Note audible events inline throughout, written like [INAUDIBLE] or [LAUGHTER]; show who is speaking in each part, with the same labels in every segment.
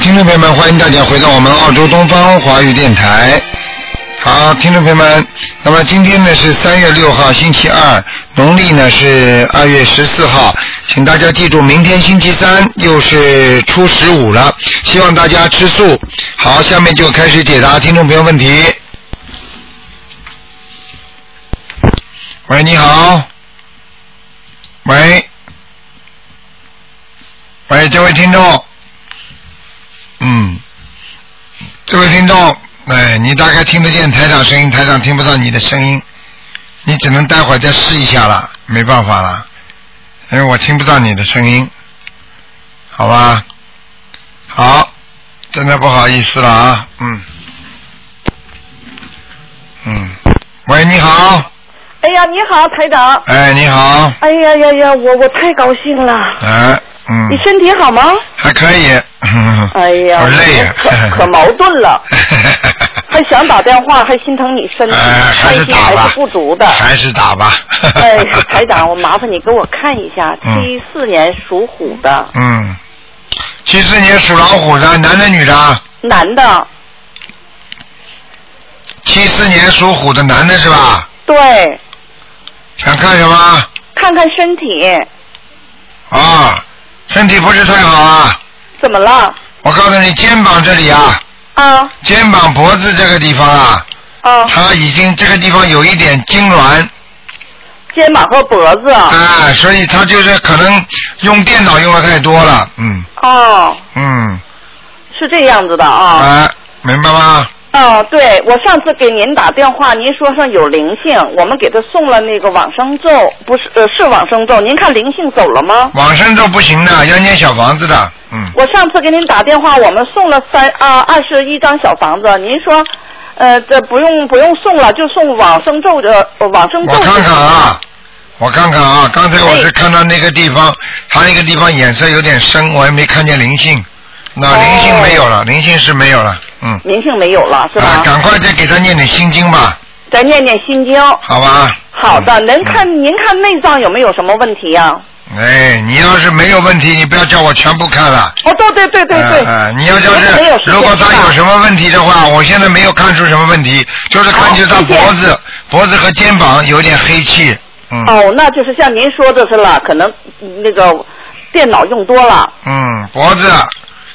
Speaker 1: 众朋友们，欢迎大家回到我们澳洲东方华语电台。好，听众朋友们，那么今天呢是三月六号，星期二，农历呢是二月十四号，请大家记住，明天星期三又是初十五了，希望大家吃素。好，下面就开始解答听众朋友问题。喂，你好。喂，喂，这位听众，嗯，这位听众，哎，你大概听得见台长声音，台长听不到你的声音，你只能待会儿再试一下了，没办法了，因为我听不到你的声音，好吧？好，真的不好意思了啊，嗯，嗯，喂，你好，
Speaker 2: 哎呀，你好，台长。
Speaker 1: 哎，你好，
Speaker 2: 哎呀呀呀，我我太高兴了。
Speaker 1: 哎，嗯
Speaker 2: 你，身体好吗？
Speaker 1: 还可以， [LAUGHS]
Speaker 2: 哎呀，
Speaker 1: 好累啊呀、
Speaker 2: 可
Speaker 1: [LAUGHS]
Speaker 2: 可矛盾了，还想打电话，还心疼你身体，
Speaker 1: 哎，还
Speaker 2: 开
Speaker 1: 是
Speaker 2: 心
Speaker 1: 打
Speaker 2: 还
Speaker 1: 吧，
Speaker 2: 是不
Speaker 1: [LAUGHS]
Speaker 2: 足的。
Speaker 1: 还是打吧。 [LAUGHS]
Speaker 2: 哎，台长，我麻烦你给我看一下，
Speaker 1: 嗯
Speaker 2: 七四年属虎的
Speaker 1: 嗯，七四年属老虎的，男的女的？
Speaker 2: 男的，
Speaker 1: 七四年属虎的男的是吧？
Speaker 2: 对，
Speaker 1: 想看什么？
Speaker 2: 看看身体
Speaker 1: 啊，身体不是太好啊。
Speaker 2: 怎么了？
Speaker 1: 我告诉你，肩膀这里啊，
Speaker 2: 啊
Speaker 1: 肩膀脖子这个地方啊，
Speaker 2: 啊，
Speaker 1: 它已经这个地方有一点痉挛
Speaker 2: 肩膀和脖子。
Speaker 1: 啊，所以它就是可能用电脑用的太多了，嗯
Speaker 2: 哦，
Speaker 1: 嗯
Speaker 2: 是这样子的啊。
Speaker 1: 啊，明白吗？
Speaker 2: 哦，对，我上次给您打电话，您说上有灵性，我们给他送了那个往生咒，不是呃是往生咒，您看灵性走了吗？
Speaker 1: 往生咒不行的，要念小房子的，嗯。
Speaker 2: 我上次给您打电话，我们送了三啊二十一张小房子，您说，呃，这不用不用送了，就送往生咒的、呃往生咒。哎
Speaker 1: 我看看啊，我看看啊，刚才我是看到那个地方，它那个地方颜色有点深，我也没看见灵性。那
Speaker 2: 哦
Speaker 1: 灵性没有了，灵性是没有了，嗯。
Speaker 2: 灵性没有了是吧
Speaker 1: 啊，？赶快再给他念点心经吧，
Speaker 2: 再念念心经。
Speaker 1: 好吧？
Speaker 2: 好的，
Speaker 1: 嗯
Speaker 2: 您。看您看内脏有没有什么问题呀、
Speaker 1: 嗯哎，你要是没有问题，你不要叫我全部看了。
Speaker 2: 哦，对对对对对。
Speaker 1: 啊、啊你要就
Speaker 2: 我可没有
Speaker 1: 是
Speaker 2: 时间
Speaker 1: 如果
Speaker 2: 是
Speaker 1: 他
Speaker 2: 吧
Speaker 1: 有什么问题的话，我现在没有看出什么问题，就是看见他
Speaker 2: 好谢谢
Speaker 1: 脖子、脖子和肩膀有点黑气，嗯、
Speaker 2: 哦，那就是像您说的是了，可能嗯那个电脑用多了。
Speaker 1: 嗯，脖子、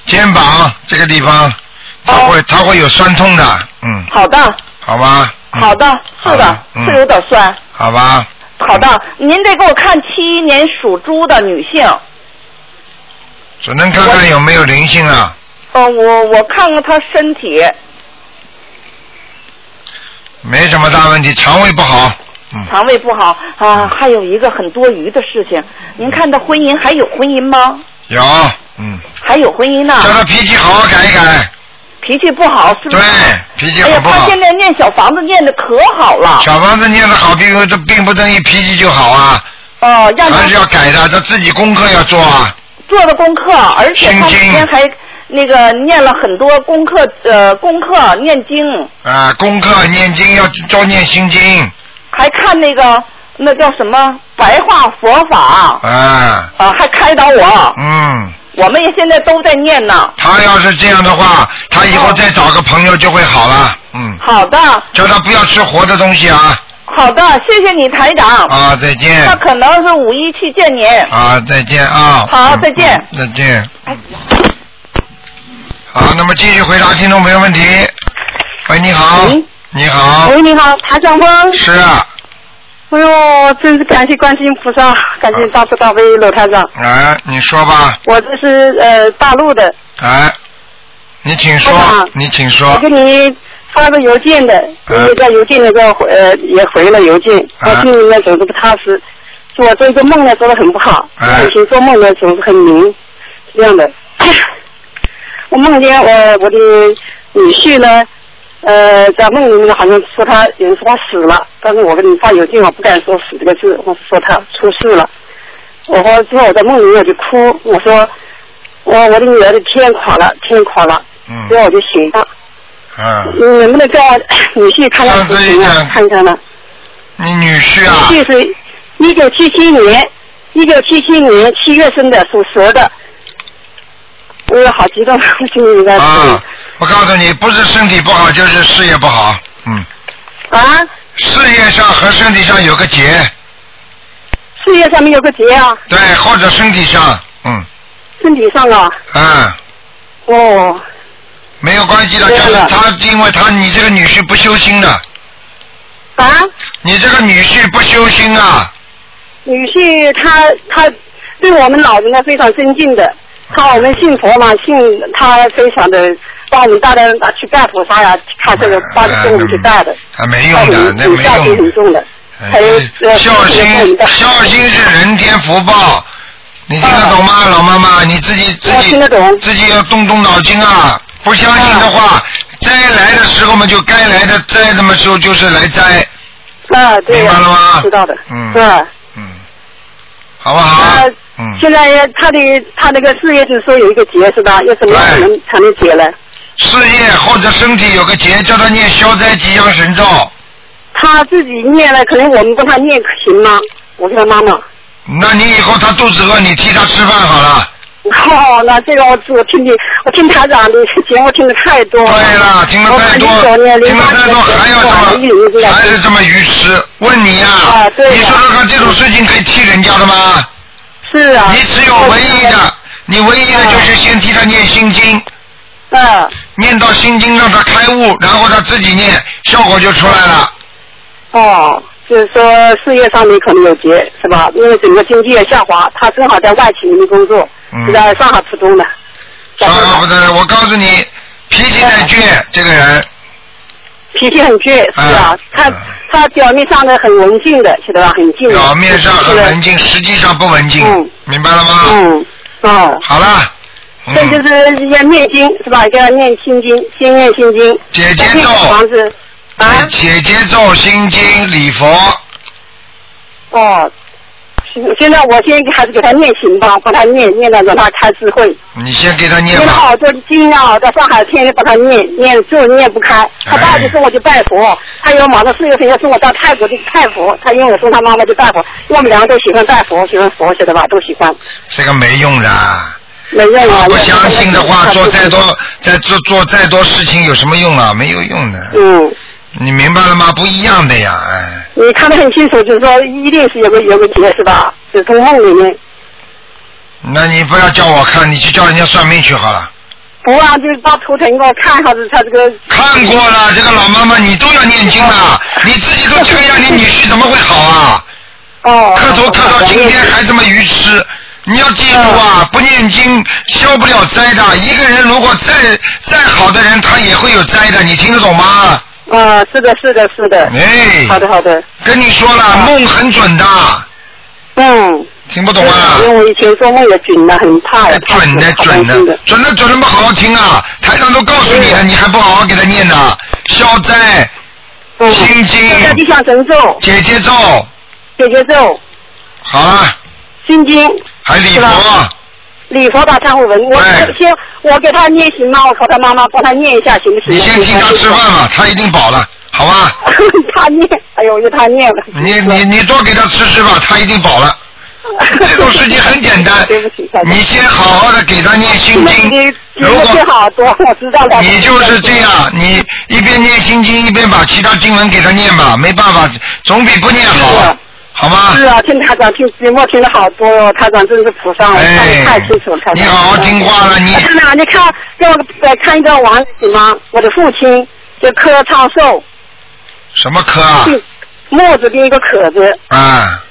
Speaker 1: 肩膀这个地方，它
Speaker 2: 哦
Speaker 1: 会、它会有酸痛的，嗯，
Speaker 2: 好的，
Speaker 1: 好吧，嗯
Speaker 2: 好的，是的，
Speaker 1: 嗯
Speaker 2: 是有点酸。
Speaker 1: 好吧，
Speaker 2: 好的，您得给我看七一年属猪的女性。
Speaker 1: 只能看看有没有灵性啊。
Speaker 2: 嗯、我我看看她身体，
Speaker 1: 没什么大问题，肠胃不好，嗯，
Speaker 2: 肠胃不好啊，还有一个很多余的事情。您看她婚姻还有婚姻吗？
Speaker 1: 有，嗯，
Speaker 2: 还有婚姻呢？
Speaker 1: 叫他脾气好好改一改，
Speaker 2: 脾气不好啊是不
Speaker 1: 对
Speaker 2: 是？，
Speaker 1: 脾气
Speaker 2: 哎
Speaker 1: 好
Speaker 2: 呀，
Speaker 1: 不
Speaker 2: 她
Speaker 1: 好？
Speaker 2: 现在念小房子念的可好了。
Speaker 1: 小房子念得好，并不并不等于脾气就好啊，
Speaker 2: 哦，让她
Speaker 1: 还是要改的，他自己功课要做啊，
Speaker 2: 做的功课，而且
Speaker 1: 心
Speaker 2: 他今
Speaker 1: 经
Speaker 2: 天还那个念了很多功课，呃，功课念经，
Speaker 1: 啊、功课念经要多念心经，
Speaker 2: 还看那个那叫什么白话佛法，
Speaker 1: 啊、
Speaker 2: 啊，还开导我，
Speaker 1: 嗯。
Speaker 2: 我们也现在都在念呢。
Speaker 1: 他要是这样的话，他以后再找个朋友就会好
Speaker 3: 哦
Speaker 1: 了。嗯，
Speaker 2: 好的，
Speaker 1: 叫他不要吃活的东西啊！
Speaker 2: 好的，谢谢你台长。
Speaker 1: 啊，再见
Speaker 2: 那。可能是五一期见您。
Speaker 1: 啊，再见啊。
Speaker 2: 好
Speaker 1: 嗯
Speaker 2: 再见
Speaker 1: 嗯再见。
Speaker 2: 哎，
Speaker 1: 好，那么继续回答听众朋友问题。喂，你好。
Speaker 2: 嗯
Speaker 3: 喂
Speaker 1: 你好。
Speaker 3: 喂，你好，台长吗？
Speaker 1: 是啊，
Speaker 3: 哎呦，真是感谢观世音菩萨，感谢大慈大悲罗台长。
Speaker 1: 哎，你说吧，
Speaker 3: 我这是呃大陆的，
Speaker 1: 哎，你请说
Speaker 3: 台长，
Speaker 1: 你请
Speaker 3: 我
Speaker 1: 说
Speaker 3: 给。你发个邮件的，
Speaker 1: 嗯
Speaker 3: 你在邮件那个回呃也回了邮件，我
Speaker 1: 嗯
Speaker 3: 心里面总是不踏实，做这个梦呢做的很不好，
Speaker 1: 嗯
Speaker 3: 以前做梦呢总是很迷，是这样的。 [COUGHS] 我梦见我我的女婿呢，呃，在梦里面好像说他有人说他死了，但是我给你发邮件，我不敢说死这个字，我是说他出事了。我说之后我在梦里面我就哭，我说我我的女儿的天垮了，天垮了，
Speaker 1: 嗯
Speaker 3: 之后我就醒了。
Speaker 1: 嗯，
Speaker 3: 你能不
Speaker 2: [CLEARS THROAT]
Speaker 3: 能叫我女婿看看图形
Speaker 1: 上次
Speaker 3: 啊
Speaker 1: 一？
Speaker 3: 看看呢？
Speaker 1: 你女婿
Speaker 3: 女
Speaker 1: 啊？
Speaker 3: 婿是一九七七年，一九七七年七月生的，属蛇的。
Speaker 2: 我好激动，我心里在
Speaker 1: 啊，我告诉你，不是身体不好，就是事业不好。嗯，
Speaker 2: 啊，
Speaker 1: 事业上和身体上有个结，
Speaker 2: 事业上面有个结啊，
Speaker 1: 对，或者身体上，嗯，
Speaker 2: 身体上啊，
Speaker 1: 啊，
Speaker 2: 哦，
Speaker 1: 没有关系的，
Speaker 2: 对
Speaker 1: 就是
Speaker 2: 了
Speaker 1: 他，因为他你这个女婿不修心的，
Speaker 2: 啊，
Speaker 1: 你这个女婿不修心啊，
Speaker 2: 女婿他他对我们老人呢非常尊敬的，他我们信佛嘛，信他非常的把我们大家拿去拜菩萨呀，看这个帮助我们去拜的，
Speaker 1: 啊，没用哎的，那没
Speaker 2: 教
Speaker 1: 用
Speaker 2: 义
Speaker 1: 的
Speaker 2: 很。重的，
Speaker 1: 哎
Speaker 2: 还有呃
Speaker 1: 孝
Speaker 2: 还有
Speaker 1: 心，孝心是人间福报，你听得懂吗，老妈妈？你自己自
Speaker 2: 我
Speaker 1: 己
Speaker 2: 听得懂啊
Speaker 1: 自己要动动脑筋啊！不相信的话，该来的时候嘛就该来的灾，那么时候就是来灾，
Speaker 2: 啊，对
Speaker 1: 明白了吗
Speaker 2: 呀，知道的，
Speaker 1: 嗯
Speaker 2: 嗯。
Speaker 1: 嗯，好不好
Speaker 2: 那？
Speaker 1: 嗯，
Speaker 2: 现在他的他那个事业就是说有一个结是吧？要怎么样才能才能结呢？
Speaker 1: 事业或者身体有个劫，叫他念消灾吉祥神咒。
Speaker 2: 他自己念了，可能我们帮他念行吗？我跟他妈 [LAUGHS] 妈。
Speaker 1: 那你以后他肚子饿，你替他吃饭好了。
Speaker 2: 哦，那这个我我听你，我听台长的节目听的太多了。
Speaker 1: 对了，听了太多，听了太多还要这么还是这么愚痴？问你呀、
Speaker 2: 啊对呀
Speaker 1: 你说说看，这种事情可以替人家的吗？
Speaker 2: 是啊。
Speaker 1: 你只有唯一的，你唯一的就是先替他念心经，
Speaker 2: 嗯，
Speaker 1: 念到心经让他开悟，然后他自己念，效果就出来了。
Speaker 2: 哦，就是说事业上面可能有结是吧？因为整个经济也下滑，他正好在外企里面工作，
Speaker 1: 嗯
Speaker 2: 是在上海浦东的。
Speaker 1: 啊，不对，我告诉你，脾气太倔，这个人
Speaker 2: 脾气很倔，是啊，
Speaker 1: 嗯
Speaker 2: 他
Speaker 1: 嗯
Speaker 2: 他表面上的很文静的，晓得吧？很静的。
Speaker 1: 表面上很文静，实际上不文静
Speaker 2: 嗯，
Speaker 1: 明白了
Speaker 2: 是的。
Speaker 1: 吗？
Speaker 2: 嗯，哦，
Speaker 1: 好了，嗯
Speaker 2: 这就是要念经是吧？要念心经，先念心经。
Speaker 1: 姐姐
Speaker 2: 先念小
Speaker 1: 咒
Speaker 2: 房。子啊，
Speaker 1: 姐姐咒心经礼佛，
Speaker 2: 哦，现现在我先还是给他念行吧，帮他念念了，让他开智慧。
Speaker 1: 你先给他念
Speaker 2: 念了
Speaker 1: 吧。
Speaker 2: 好多经啊，在上海天天帮他念，念就念不开。他爸就送我去拜佛，他有马上四月份要送我到泰国去拜佛，他因为我送他妈妈去拜佛，因为我们两个都喜欢拜佛，喜欢佛，晓得吧？都喜欢。
Speaker 1: 这个没用的，
Speaker 2: 没用啊！
Speaker 1: 不相信的话，
Speaker 2: 那
Speaker 1: 做再。多再做做再多事情有什么用啊？没有用的，
Speaker 2: 嗯，
Speaker 1: 你明白了吗？不一样的呀，哎，
Speaker 2: 你看得很清楚，就是说一定是有个有个结是吧？就是从梦里面，
Speaker 1: 那你不要叫我看，你去叫人家算命去好了。
Speaker 2: 不啊，就是把图腾给我看一下子，他这个
Speaker 1: 看过了，这个老妈妈你都要念经
Speaker 2: [LAUGHS]
Speaker 1: 了，你自己都这个样，你女婿怎么会好啊？
Speaker 2: 哦。
Speaker 1: 磕头磕到今天还这么愚痴。你要记住啊，不念经消不了灾的。一个人如果再再好的人，他也会有灾的，你听得懂吗？
Speaker 2: 啊，是的，是的，是的。
Speaker 1: 哎，
Speaker 2: 好的，好的。
Speaker 1: 跟你说了，梦很准的，
Speaker 2: 嗯。
Speaker 1: 听不懂啊？
Speaker 2: 因为我以前做梦也准的，很怕
Speaker 1: 哎
Speaker 2: 呀。怕
Speaker 1: 准的
Speaker 2: 怕
Speaker 1: 准
Speaker 2: 担心
Speaker 1: 的，准的准的不好好听啊！台长都告诉你了，
Speaker 2: 嗯
Speaker 1: 你还不好好给他念呢？消灾、
Speaker 2: 嗯。
Speaker 1: 心经
Speaker 2: 现在地下神咒、
Speaker 1: 姐姐咒，
Speaker 2: 姐姐咒、
Speaker 1: 好了，
Speaker 2: 心经、
Speaker 1: 还礼
Speaker 2: 是
Speaker 1: 佛
Speaker 2: 吧，礼佛大忏悔文，我
Speaker 1: 对
Speaker 2: 先我给他念行吗？我和他妈妈帮他念一下，行不行？
Speaker 1: 你先请他吃饭吧，他一定饱了，好吧？
Speaker 2: [LAUGHS] 他念，哎呦，我就他念了。
Speaker 1: 你你你多给他吃吃吧，他一定饱了。这种事情很简单
Speaker 2: [LAUGHS] 对不起，小，姐
Speaker 1: 你先好好的给他念心经
Speaker 2: 你，
Speaker 1: 如果
Speaker 2: 最好多，我知道的。
Speaker 1: 你就是这样，你一边念心经，一边把其他经文给他念吧，没办法，总比不念好啊，好吗
Speaker 2: 是？啊，听台长听节目听了好多哦，台长真是菩萨，我看得
Speaker 1: 哎
Speaker 2: 太清楚了。台长
Speaker 1: 你好好听话了，你
Speaker 2: 台长，你看，给我再看一个网址吗？我的父亲就柯长寿，
Speaker 1: 什么科啊？
Speaker 2: 姓木字边一个可字，
Speaker 1: 啊，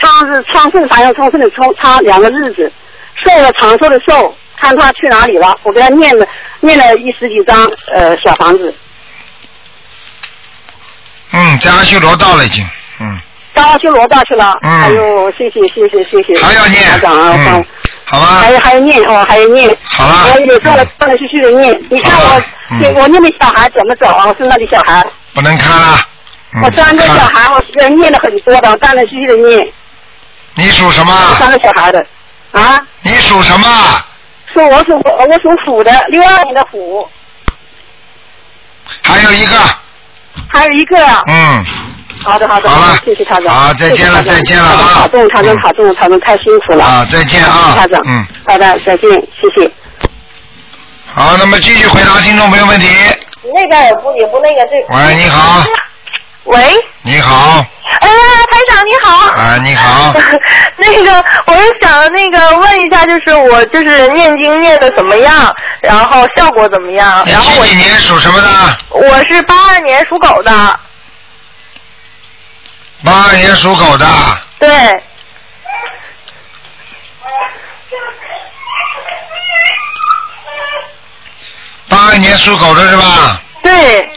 Speaker 2: 昌是昌盛繁荣昌盛的昌，昌两个日子，寿了长寿的寿，看他去哪里了。我给他念了念了一十几张呃小房子，
Speaker 1: 嗯，在阿修罗道了已经，嗯，
Speaker 2: 到阿修罗道去了。
Speaker 1: 嗯
Speaker 2: 哎呦，谢谢谢谢谢谢。
Speaker 1: 还要
Speaker 2: 台
Speaker 1: 念，
Speaker 2: 长啊，我帮
Speaker 1: 嗯，好吧
Speaker 2: 还，有还有念哦，还有念。
Speaker 1: 好嗯啦
Speaker 2: 我也断了断了续续的念。你看
Speaker 1: 好
Speaker 2: 我
Speaker 1: 啦嗯，
Speaker 2: 对我念的小孩怎么走啊？我身上的小孩，
Speaker 1: 不能看了。嗯
Speaker 2: 我三个小，
Speaker 1: 看
Speaker 2: 孩，我是念了很多的，我断断续续的念，
Speaker 1: 你属什
Speaker 2: 三
Speaker 1: 么？
Speaker 2: 个小孩的。啊，
Speaker 1: 你属什么？
Speaker 2: 是我属我属虎的，六二年的虎，
Speaker 1: 还有一个，
Speaker 4: 啊
Speaker 2: 还有一个。
Speaker 1: 嗯，
Speaker 2: 好的好的，
Speaker 1: 好了
Speaker 2: 谢谢台长。
Speaker 1: 好再见了
Speaker 2: 谢谢台长
Speaker 1: 再见了啊
Speaker 2: 台长，台长，台长，台长，台长太辛苦了。
Speaker 1: 啊，再见
Speaker 2: 谢谢
Speaker 1: 啊
Speaker 2: 台长，
Speaker 1: 嗯。，
Speaker 2: 好的，再见，谢谢。
Speaker 1: 好，那么继续回答听众朋友问题。
Speaker 4: 那边也不也不那个这。
Speaker 1: 喂，你好，
Speaker 4: 喂，
Speaker 1: 你好，
Speaker 4: 哎，台长你好。
Speaker 1: 啊，你好，
Speaker 4: 那个，我是想那个问一下，就是我就是念经念的怎么样，然后效果怎么样？
Speaker 1: 你
Speaker 4: [LAUGHS] 然后
Speaker 1: 几几年属什么的？
Speaker 4: 我我是八二年属狗的，
Speaker 1: 八二年属狗的，
Speaker 4: 对，
Speaker 1: 八二年属狗的是吧？
Speaker 4: 对，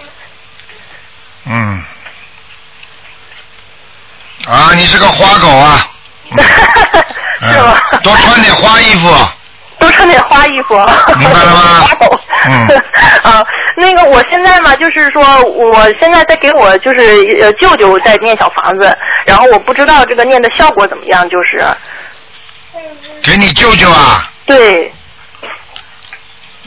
Speaker 4: [LAUGHS]
Speaker 1: 嗯。啊，你是个花狗啊！嗯
Speaker 4: [LAUGHS] 是吗？
Speaker 1: 多穿点花衣服。
Speaker 4: 多穿点花衣服。
Speaker 1: 明白了吗
Speaker 4: [LAUGHS] 花狗
Speaker 1: 嗯
Speaker 4: [LAUGHS] 啊，那个我现在嘛，就是说，我现在在给我就是呃舅舅在念小房子，然后我不知道这个念的效果怎么样，就是
Speaker 1: 给你舅舅啊，
Speaker 4: 对。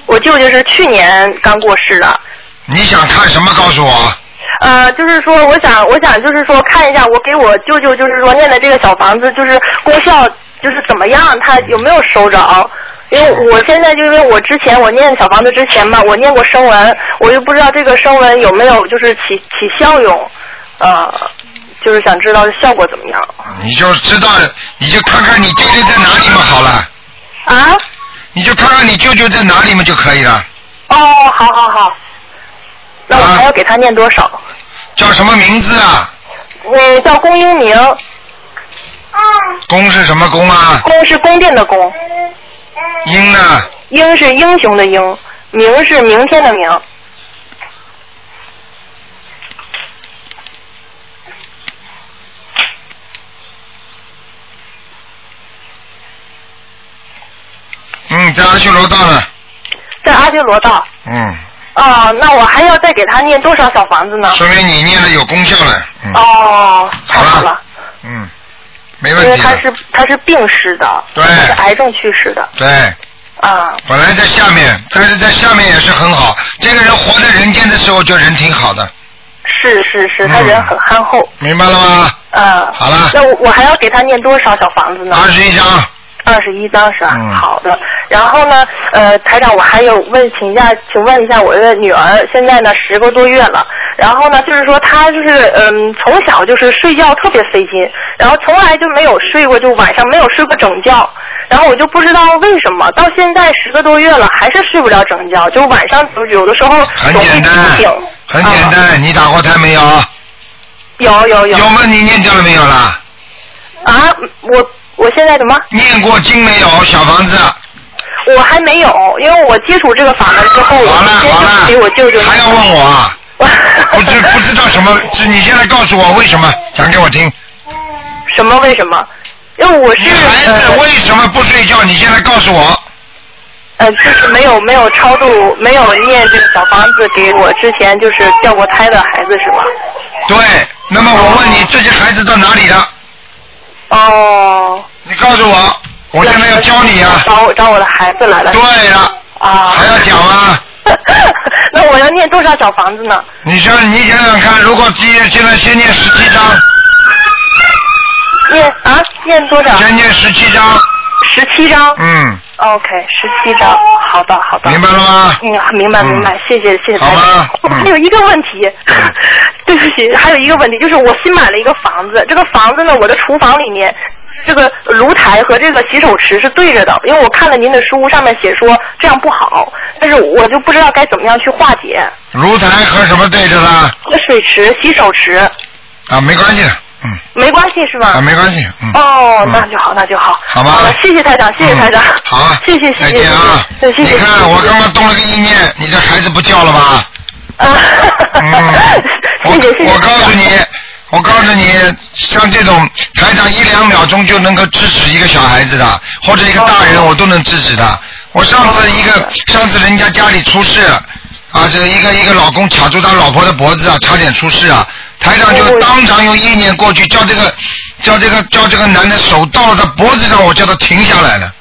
Speaker 4: 我舅舅是去年刚过世的，
Speaker 1: 你想看什么？告诉我。
Speaker 4: 呃，就是说，我想，我想就是说，看一下我给我舅舅，就是说念的这个小房子，就是功效，就是怎么样，他有没有收着？因为我现在就因为我之前我念小房子之前嘛，我念过声纹，我就不知道这个声纹有没有就是起起效用，呃，就是想知道效果怎么样
Speaker 1: 你就知道，你就看看你舅舅在哪里嘛，好了，
Speaker 4: 啊？
Speaker 1: 你就看看你舅舅在哪里嘛就可以了。
Speaker 4: 哦，好好好，那我还要给他念多少？
Speaker 1: 叫什么名字啊？
Speaker 4: 嗯，叫龚英明，
Speaker 1: 公是什么公啊？
Speaker 4: 龚是宫殿的宫，
Speaker 1: 英呢？
Speaker 4: 英是英雄的英，明是明天的明。
Speaker 1: 嗯，在阿修罗道呢。
Speaker 4: 在阿修罗道。
Speaker 1: 嗯，
Speaker 4: 哦，那我还要再给他念多少小房子呢？
Speaker 1: 说明你念的有功效了。嗯，
Speaker 4: 哦，太好
Speaker 1: 好
Speaker 4: 了
Speaker 1: 了，嗯，没
Speaker 4: 因
Speaker 1: 问
Speaker 4: 为
Speaker 1: 题
Speaker 4: 他
Speaker 1: 的。
Speaker 4: 是他是病逝的，
Speaker 1: 对
Speaker 4: 他是癌症去世的
Speaker 1: 对，
Speaker 4: 啊。
Speaker 1: 本来在下面，但是在下面也是很好。这个人活在人间的时候，就人挺好的，
Speaker 4: 是是是，他
Speaker 1: 嗯
Speaker 4: 人很憨厚，
Speaker 1: 明白了吗？
Speaker 4: 啊。
Speaker 1: 好了
Speaker 4: 那我我还要给他念多少小房子呢？
Speaker 1: 二十一张。
Speaker 4: 二十一张是吧？
Speaker 1: 嗯
Speaker 4: 好的。然后呢，呃，台长，我还有问，请假，请问一下我的女儿，现在呢十个多月了。然后呢，就是说她就是嗯，从小就是睡觉特别费劲，然后从来就没有睡过，就晚上没有睡过整觉。然后我就不知道为什么，到现在十个多月了，还是睡不了整觉，就晚上有的时候
Speaker 1: 很
Speaker 4: 总会
Speaker 1: 简
Speaker 4: 提
Speaker 1: 单
Speaker 4: 醒。，
Speaker 1: 很简
Speaker 4: 啊、
Speaker 1: 单。你打过胎没有？
Speaker 4: 有有有
Speaker 1: 有吗？你念掉了没有啦？
Speaker 4: 啊！我我现在怎么？
Speaker 1: 念过经没有？小房子。
Speaker 4: 啊我还没有，因为我接触这个法门之
Speaker 1: 好
Speaker 4: 后，我
Speaker 1: 了
Speaker 4: 先
Speaker 1: 好
Speaker 4: 就
Speaker 1: 了，
Speaker 4: 给我舅舅
Speaker 1: 还要问我啊？不知不知道什么？是你现在告诉我为什么？讲给我听。
Speaker 4: [LAUGHS] 什么？为什么？因为我
Speaker 1: 你
Speaker 4: 是
Speaker 1: 孩子
Speaker 4: 呃
Speaker 1: 为什么不睡觉？你现在告诉我。
Speaker 4: 呃，就是没有没有超度，没有念这个小房子给我之前就是掉过胎的孩子是吧？
Speaker 1: 对，那么我问你，这些孩子到哪里了？
Speaker 4: 哦，
Speaker 1: 你告诉我，我现在要教你啊。
Speaker 4: 找我找我的孩子来了。
Speaker 1: 对了，
Speaker 4: 啊。
Speaker 1: 还要讲吗？
Speaker 4: [LAUGHS] 那我要念多少小房子呢？
Speaker 1: 你想，你想想看，如果今天现在先念十七章，
Speaker 4: 念啊，念多少？
Speaker 1: 先念十七章，
Speaker 4: 十七张。
Speaker 1: 嗯，
Speaker 4: OK，十七张。好的，好的。
Speaker 1: 明白了吗？
Speaker 4: 嗯，明白明白
Speaker 1: 嗯，
Speaker 4: 谢谢谢谢
Speaker 1: 好
Speaker 4: 台
Speaker 1: 吧
Speaker 4: 长。我
Speaker 1: 嗯
Speaker 4: 还有一个问题
Speaker 1: 嗯，
Speaker 4: [LAUGHS] 对不起，还有一个问题就是我新买了一个房子，这个房子呢，我的厨房里面这个炉台和这个洗手池是对着的，因为我看了您的书上面写说这样不好，但是我就不知道该怎么样去化解。
Speaker 1: 炉台和什么对着啦？
Speaker 4: 这水池、洗手池
Speaker 1: 啊，没关系的，嗯，
Speaker 4: 没关系是
Speaker 1: 啊，
Speaker 4: 吧？
Speaker 1: 没关系，嗯。
Speaker 4: 哦
Speaker 1: 嗯，
Speaker 4: 那就好，那就好。
Speaker 1: 好吧
Speaker 4: 了谢谢台长，谢谢台长
Speaker 1: 嗯。好啊，
Speaker 4: 谢谢
Speaker 1: 再
Speaker 4: 谢谢
Speaker 1: 见啊！
Speaker 4: 谢谢。对谢谢
Speaker 1: 你看
Speaker 4: [LAUGHS]
Speaker 1: 我刚刚动了个意念，你这孩子不叫了吧？
Speaker 4: 啊，，
Speaker 1: 嗯
Speaker 4: [LAUGHS] 谢谢谢谢。
Speaker 1: 我我告诉你，我告诉你，像这种台长一两秒钟就能够支持一个小孩子的，或者一个大人，我都能制止的。我上次一个上次人家家里出事，啊，这一个一个老公卡住他老婆的脖子啊，差点出事啊。台长就当场用意念过去叫这个叫这个叫这个男的手到了他脖子上，我叫他停下来了。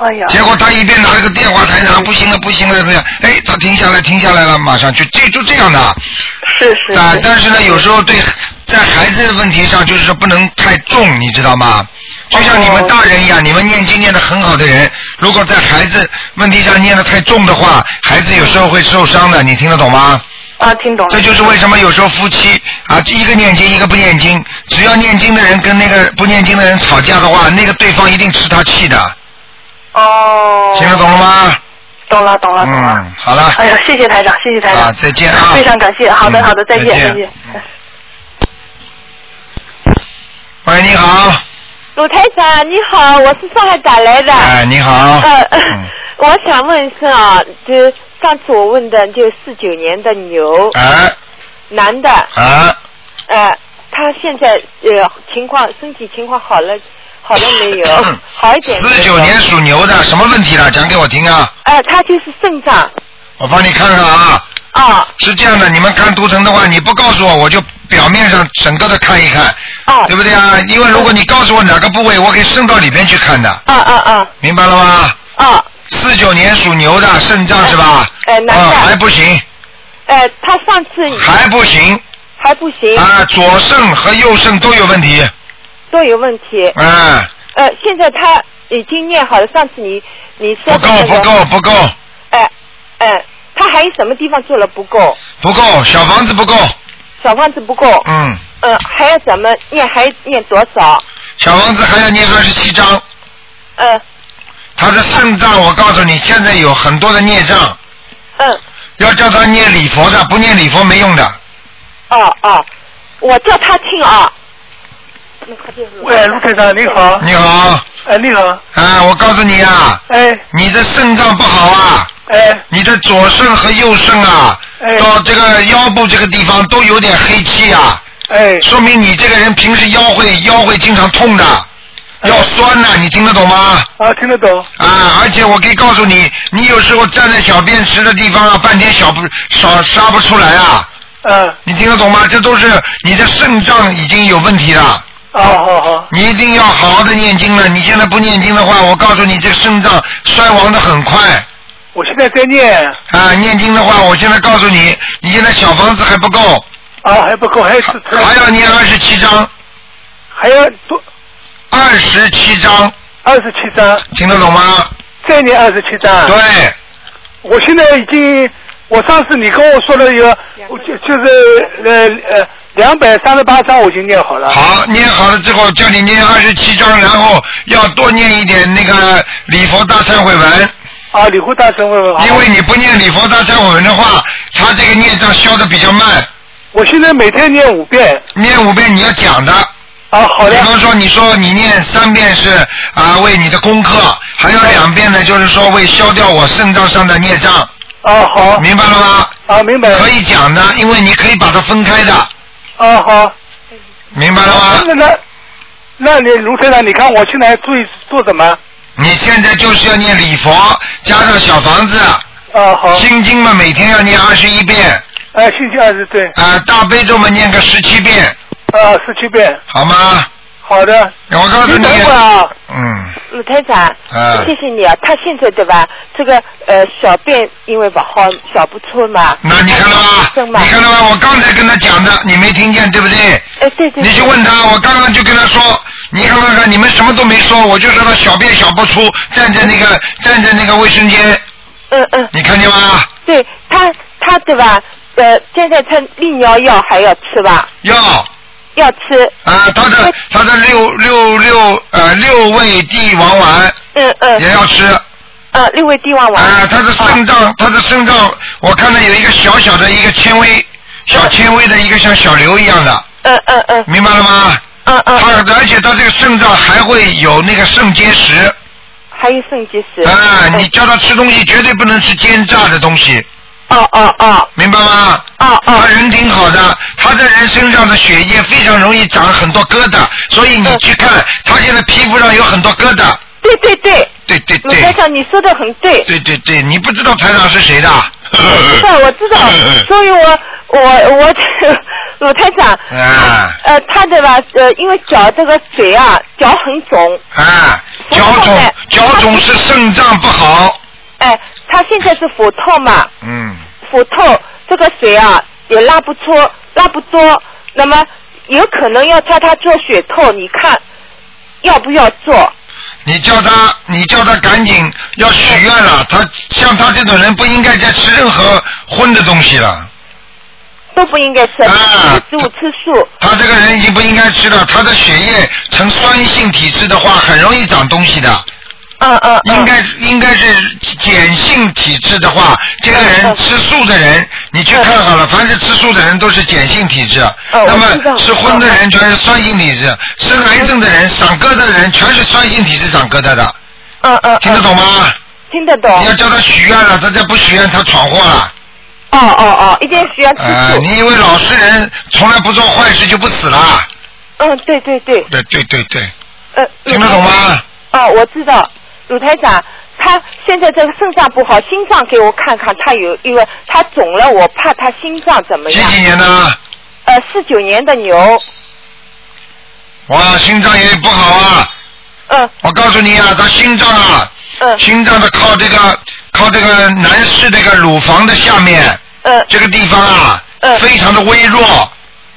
Speaker 4: 哎呀，
Speaker 1: 结果他一边拿了个电话，台长不行了，不行了，不行了，哎，他停下来，停下来了，马上就这就这样的啊。
Speaker 4: 是是。
Speaker 1: 啊
Speaker 4: 是，
Speaker 1: 但是呢，有时候对在孩子的问题上，就是说不能太重，你知道吗？就像你
Speaker 4: 哦
Speaker 1: 们大人一样，你们念经念得很好的人，如果在孩子问题上念得太重的话，孩子有时候会受伤的，你听得懂吗？
Speaker 4: 啊，听懂了
Speaker 1: 这。就是为什么有时候夫妻啊，一个念经，一个不念经。只要念经的人跟那个不念经的人吵架的话，那个对方一定吃他气的，
Speaker 4: 哦，
Speaker 1: 听得懂了吗？
Speaker 4: 懂了，懂了，懂了。
Speaker 1: 嗯，好了，
Speaker 4: 哎呀，谢谢台长，谢谢台长。
Speaker 1: 啊，再见啊！
Speaker 4: 非常感谢，好的，
Speaker 1: 嗯
Speaker 4: 好的，再见，
Speaker 1: 再见
Speaker 4: 再见。
Speaker 1: 喂，你好，
Speaker 5: 鲁台长你好，我是上海打来的。
Speaker 1: 哎，你好，
Speaker 5: 呃，
Speaker 1: 嗯，
Speaker 5: [LAUGHS] 我想问一声啊，就是上次我问的，就四九年的牛，
Speaker 1: 哎
Speaker 5: 男的，
Speaker 1: 哎，？
Speaker 5: 呃，他现在呃情况，身体情况好了，好了没有
Speaker 1: [LAUGHS]
Speaker 5: 好一点没有。
Speaker 1: 四九年属牛的，什么问题了？讲给我听啊，
Speaker 5: 呃，他就是肾脏
Speaker 1: 我帮你看看啊。
Speaker 5: 啊
Speaker 1: 是这样的，你们看图腾的话，你不告诉我，我就表面上整个的看一看，
Speaker 5: 啊
Speaker 1: 对不对啊？因为如果你告诉我哪个部位，我可以伸到里边去看的，
Speaker 5: 啊啊啊
Speaker 1: 明白了吗？
Speaker 5: 啊，
Speaker 1: 四九年属牛的，肾脏是吧？
Speaker 5: 哎哎男的
Speaker 1: 啊还不行，
Speaker 5: 呃，他上次
Speaker 1: 还不行
Speaker 5: 还不行，
Speaker 1: 啊！左肾和右肾都有问题，
Speaker 5: 都有问题。
Speaker 1: 哎，
Speaker 5: 呃，现在他已经念好了，上次你你说的
Speaker 1: 不够
Speaker 5: 那个
Speaker 1: 不够不够
Speaker 5: 哎哎，他还有什么地方做了不够？
Speaker 1: 不够，小房子不够，
Speaker 5: 小房子不够，
Speaker 1: 嗯，
Speaker 5: 呃，还要怎么念？还念多少？
Speaker 1: 小房子还要念二十七章。
Speaker 5: 嗯
Speaker 1: 他的肾脏，我告诉你，现在有很多的孽障，
Speaker 5: 嗯，
Speaker 1: 要叫他念礼佛的，不念礼佛没用的。
Speaker 5: 哦哦，我叫他听啊。那他就是
Speaker 6: 喂，卢台长你好，
Speaker 1: 你好，
Speaker 6: 哎你好，
Speaker 1: 啊，我告诉你啊，
Speaker 6: 哎
Speaker 1: 你的肾脏不好啊，
Speaker 6: 哎
Speaker 1: 你的左肾和右肾啊，
Speaker 6: 哎
Speaker 1: 到这个腰部这个地方都有点黑气啊，
Speaker 6: 哎，
Speaker 1: 说明你这个人平时腰会腰会经常痛的，腰酸呐、你听得懂吗？
Speaker 6: 啊听得懂，
Speaker 1: 啊，而且我可以告诉你，你有时候站在小便池的地方啊，半天小不少杀不出来啊，
Speaker 6: 啊
Speaker 1: 你听得懂吗？这都是你的肾脏已经有问题了。
Speaker 6: 啊好好，
Speaker 1: 你一定要好好的念经了。你现在不念经的话，我告诉你，这个肾脏衰亡的很快
Speaker 6: 我现在在念，
Speaker 1: 啊！念经的话，我现在告诉你，你现在小房子还不够，
Speaker 6: 啊还不够，还是
Speaker 1: 还要念二十七章，
Speaker 6: 还要多
Speaker 1: 二十七章，
Speaker 6: 二十七张，
Speaker 1: 听得懂吗？
Speaker 6: 再念二十七张。，
Speaker 1: 对，
Speaker 6: 我现在已经，我上次你跟我说了有，我就就是呃呃两百三十八张我已经念好了。
Speaker 1: 好，念好了之后叫你念二十七章，然后要多念一点那个礼佛大忏悔文，
Speaker 6: 啊，礼佛大神问问啊，
Speaker 1: 因为你不念礼佛大忏悔文的话，他这个孽障消的比较慢。
Speaker 6: 我现在每天念五遍。
Speaker 1: 念五遍你要讲的，
Speaker 6: 啊，好
Speaker 1: 比
Speaker 6: 的，
Speaker 1: 方说，你说你念三遍是啊为你的功课，还有两遍呢，就是说为消掉我肾脏上的孽障，
Speaker 6: 啊好，
Speaker 1: 明白了吗？
Speaker 6: 啊明白了，
Speaker 1: 可以讲的，因为你可以把它分开的，
Speaker 6: 啊好。
Speaker 1: 明白了吗？
Speaker 6: 那那那你卢台长，你看我现在注意做什么？
Speaker 1: 你现在就是要念礼佛，加上小房子，
Speaker 6: 啊好，
Speaker 1: 心经嘛每天要念二十一遍，
Speaker 6: 哎，星期二十对，
Speaker 1: 啊、大悲咒嘛念个十七遍，
Speaker 6: 啊十七遍，
Speaker 1: 好吗？
Speaker 6: 好的。
Speaker 1: 我告诉
Speaker 6: 你
Speaker 1: 你
Speaker 6: 等，会儿啊，
Speaker 1: 嗯，
Speaker 5: 鲁哦台长，
Speaker 1: 啊
Speaker 5: 谢谢你啊。他现在对吧？这个呃小便因为不好，小不出嘛。
Speaker 1: 那你看到吧？
Speaker 5: 生嘛
Speaker 1: 你看到吧？我刚才跟他讲的，你没听见对不对？
Speaker 5: 哎对对。
Speaker 1: 你去
Speaker 5: 对
Speaker 1: 问他，我刚刚就跟他说，你看看看，你们什么都没说，我就说他小便小不出，站在那个站在那个卫生间，
Speaker 5: 嗯嗯，
Speaker 1: 你看见吗？
Speaker 5: 对他他对吧？呃，现在他利尿药还要吃吧？
Speaker 1: 要
Speaker 5: 要吃。
Speaker 1: 啊，他的他的六六六呃六味地黄丸
Speaker 5: 嗯嗯
Speaker 1: 也要吃啊，
Speaker 5: 呃，六味地黄丸。
Speaker 1: 他的肾脏他的肾脏，我看到有一个小小的一个纤维，小纤维的一个像小瘤一样的，
Speaker 5: 嗯嗯嗯
Speaker 1: 明白了吗？
Speaker 5: 嗯嗯，
Speaker 1: 他而且他这个肾脏还会有那个肾结石
Speaker 5: 还有肾结石。
Speaker 1: 啊，
Speaker 5: 嗯
Speaker 1: 你叫他吃东西绝对不能吃煎炸的东西。
Speaker 5: 哦哦哦
Speaker 1: 明白吗？
Speaker 5: 哦
Speaker 1: 他
Speaker 5: 哦
Speaker 1: 人挺好的，他在人身上的血液非常容易长很多疙瘩，所以
Speaker 5: 嗯
Speaker 1: 你去看，他现在皮肤上有很多疙瘩。
Speaker 5: 对对对，
Speaker 1: 对对
Speaker 5: 鲁台
Speaker 1: 对，
Speaker 5: 长你说的很对。
Speaker 1: 对对对，你不知道台长是谁的？
Speaker 5: 是，我知道，
Speaker 1: 嗯
Speaker 5: 所以我我
Speaker 4: [LAUGHS]
Speaker 5: 我鲁台长，
Speaker 1: 啊
Speaker 5: 呃，他对吧？呃，因为脚这个嘴啊，脚很肿，
Speaker 1: [LAUGHS] 啊，
Speaker 5: 我
Speaker 1: 脚
Speaker 5: 后
Speaker 1: 肿
Speaker 5: 面，
Speaker 1: 脚肿是肾脏不好。
Speaker 5: 哎，他现在是腹痛嘛，
Speaker 1: 嗯，
Speaker 5: 腹痛，这个水啊也拉不出，拉不多，那么
Speaker 4: 有可能要叫他做血透，你看要不要做？
Speaker 1: 你叫他，你叫他赶紧要许愿了。他像他这种人不应该再吃任何荤的东西了。
Speaker 4: 都不应该吃，
Speaker 1: 啊
Speaker 4: 吃植物吃素。
Speaker 1: 他这个人已经不应该吃了，他的血液呈酸性体质的话，很容易长东西的。
Speaker 4: 嗯嗯嗯。
Speaker 1: 应该应该是碱性体质的话，这个人
Speaker 4: 嗯
Speaker 1: 吃素的人，你去看好了，凡是吃素的人都是碱性体质，
Speaker 4: 嗯
Speaker 1: 那
Speaker 4: 我知道
Speaker 1: 么吃荤的人全是酸性体质，生癌症的人、长疙瘩的人全是酸性体质长疙瘩的，
Speaker 4: 嗯嗯。哦
Speaker 1: 听得懂吗？
Speaker 4: 听得懂。
Speaker 1: 你要叫他许愿了，他再不许愿，他闯祸了。
Speaker 4: 哦哦哦，一定需要吃
Speaker 1: 呃，
Speaker 4: 素。
Speaker 1: 你以为老实人从来不做坏事就不死了？
Speaker 4: 嗯，对对对，
Speaker 1: 对对对对，
Speaker 4: 呃，
Speaker 1: 听得懂吗？
Speaker 4: 哦，我知道，鲁台长，他现在这个肾脏不好，心脏给我看看，他有因为他肿了，我怕他心脏怎么
Speaker 1: 几
Speaker 4: 样？
Speaker 1: 几年的？
Speaker 4: 呃，四九年的牛，
Speaker 1: 哇，心脏也不好啊！
Speaker 4: 嗯
Speaker 1: 我告诉你啊，他心脏啊，
Speaker 4: 嗯
Speaker 1: 心脏的靠这个靠这个男士这个乳房的下面
Speaker 4: 嗯
Speaker 1: 这个地方啊，
Speaker 4: 嗯
Speaker 1: 非常的微弱，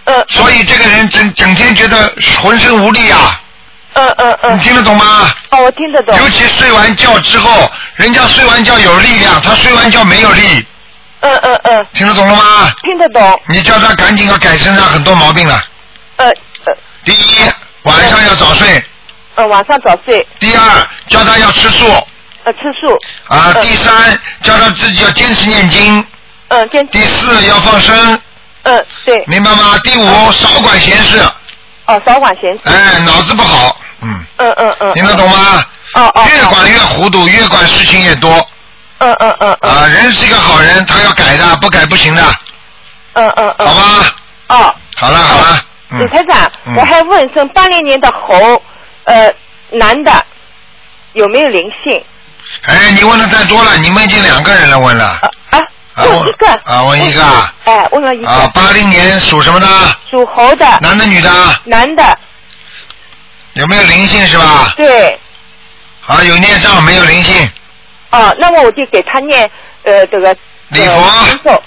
Speaker 4: 嗯
Speaker 1: 所以这个人整整天觉得浑身无力啊，
Speaker 4: 嗯嗯
Speaker 1: 你
Speaker 4: 嗯，
Speaker 1: 听得懂吗？
Speaker 4: 哦，我听得懂，
Speaker 1: 尤其睡完觉之后，人家睡完觉有力量，他睡完觉没有力，
Speaker 4: 嗯嗯嗯，
Speaker 1: 听得懂了吗？
Speaker 4: 听得懂，
Speaker 1: 你叫他赶紧要改身上很多毛病了。
Speaker 4: 呃呃
Speaker 1: 第一，晚上要早睡；
Speaker 4: 呃，晚上早睡，
Speaker 1: 第二，叫他要吃素
Speaker 4: 呃，吃素，
Speaker 1: 啊；第三，叫他自己要坚持念经；
Speaker 4: 嗯，坚持，
Speaker 1: 第四，要放生，
Speaker 4: 嗯，对，
Speaker 1: 明白吗？第五，少管闲事，
Speaker 4: 哦，少管闲事，
Speaker 1: 哎，脑子不好，嗯，
Speaker 4: 嗯嗯嗯，
Speaker 1: 听得懂吗？
Speaker 4: 哦哦，
Speaker 1: 越管越糊涂，越管事情越多
Speaker 4: 嗯嗯嗯嗯
Speaker 1: 啊！人是一个好人，他要改的，不改不行的，好
Speaker 4: 嗯嗯嗯，
Speaker 1: 吧？
Speaker 4: 哦。
Speaker 1: 好了好了，
Speaker 4: 鲁
Speaker 1: 嗯，
Speaker 4: 台长，
Speaker 1: 嗯
Speaker 4: 我还问一声，八零年的猴，呃，男的有没有灵性？
Speaker 1: 哎，你问的太多了，你们已经两个人了，问了
Speaker 4: 啊啊，
Speaker 1: 啊
Speaker 4: 问
Speaker 1: 我
Speaker 4: 一个
Speaker 1: 啊问一个啊
Speaker 4: 哎，问了一个、
Speaker 1: 啊，八零年属什么的？
Speaker 4: 属猴的
Speaker 1: 男的女的？
Speaker 4: 男的，
Speaker 1: 有没有灵性是吧？
Speaker 4: 对，
Speaker 1: 啊，有孽障没有灵性？
Speaker 4: 哦，那么我就给他念呃这个
Speaker 1: 礼
Speaker 4: 呃
Speaker 1: 佛
Speaker 4: 经咒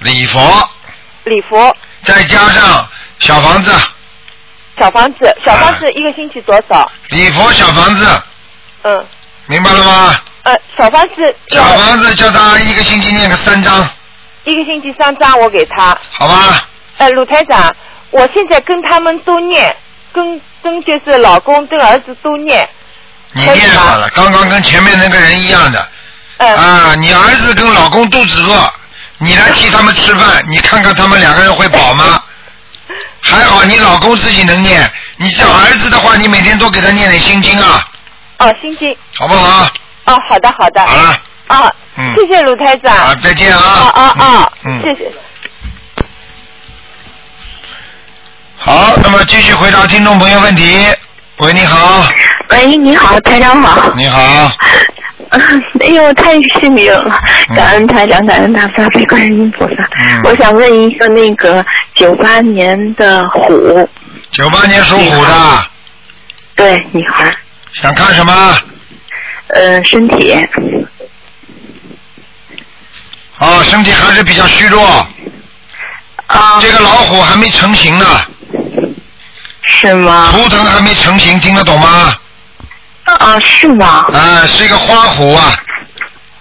Speaker 1: 礼佛，
Speaker 4: 礼佛
Speaker 1: 再加上小房子，
Speaker 4: 小房
Speaker 1: 啊
Speaker 4: 子，小房子一个星期多少？
Speaker 1: 礼佛小房子，
Speaker 4: 嗯
Speaker 1: 明白了吗？
Speaker 4: 呃，小房子
Speaker 1: 小
Speaker 4: 要
Speaker 1: 房子叫他一个星期念个三章，
Speaker 4: 一个星期三张，我给他。
Speaker 1: 好吧？
Speaker 4: 呃，鲁台长，我现在跟他们都念，跟跟就是老公跟儿子都念，
Speaker 1: 你
Speaker 4: 可以
Speaker 1: 念
Speaker 4: 吗
Speaker 1: 好了，刚刚跟前面那个人一样的
Speaker 4: 嗯、
Speaker 1: 啊，你儿子跟老公肚子饿，你来替他们吃饭，你看看他们两个人会饱吗？还好你老公自己能念，你这儿子的话，你每天多给他念点心经啊，
Speaker 4: 哦，星星，
Speaker 1: 好不好？
Speaker 4: 哦，好的好的，
Speaker 1: 好了，
Speaker 4: 啊，
Speaker 1: 嗯
Speaker 4: 谢谢鲁台长，
Speaker 1: 啊，再见啊！
Speaker 4: 啊啊啊，
Speaker 1: 嗯，嗯
Speaker 4: 谢谢。
Speaker 1: 好，那么继续回答听众朋友问题。喂，你好，
Speaker 7: 喂，你好，台长好。
Speaker 1: 你好，
Speaker 7: [LAUGHS] 哎呦，太幸运了
Speaker 1: 嗯！
Speaker 7: 感恩台长，感恩大慈大悲观世音菩萨。
Speaker 1: 嗯
Speaker 7: 我想问一个那个九八年的虎，
Speaker 1: 九八年属虎的，
Speaker 7: 对，女孩儿，
Speaker 1: 想看什么？
Speaker 7: 呃，身体，
Speaker 1: 啊，身体还是比较虚弱，
Speaker 7: 哦啊，
Speaker 1: 这个老虎还没成型呢，
Speaker 7: 是吗？
Speaker 1: 图腾还没成型，听得懂吗？
Speaker 7: 啊，是吗？
Speaker 1: 啊，是一个花虎啊，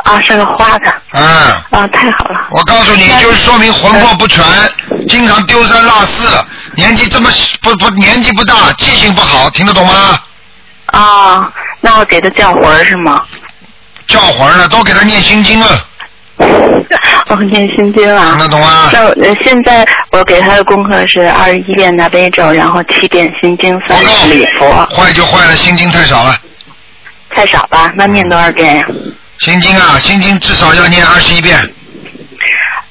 Speaker 7: 啊，是个花的，
Speaker 1: 嗯，
Speaker 7: 啊，太好了，
Speaker 1: 我告诉你，就是说明魂魄不全，经常丢三落四，年纪这么不不年纪不大，记性不好，听得懂吗？
Speaker 7: 啊，那我给他叫魂儿是吗？ [LAUGHS]
Speaker 1: 叫魂儿了，多给他念心经啊，
Speaker 7: 我念心经啊
Speaker 1: 听。得懂吗？
Speaker 7: 那我呃现在我给他的功课是二十一遍大悲咒，然后七遍心经，
Speaker 1: 不
Speaker 7: 三十礼佛
Speaker 1: 够，。坏就坏了，心经太少了。
Speaker 7: 太少吧？那念多少遍呀？
Speaker 1: 心经啊，心经至少要念二十一遍，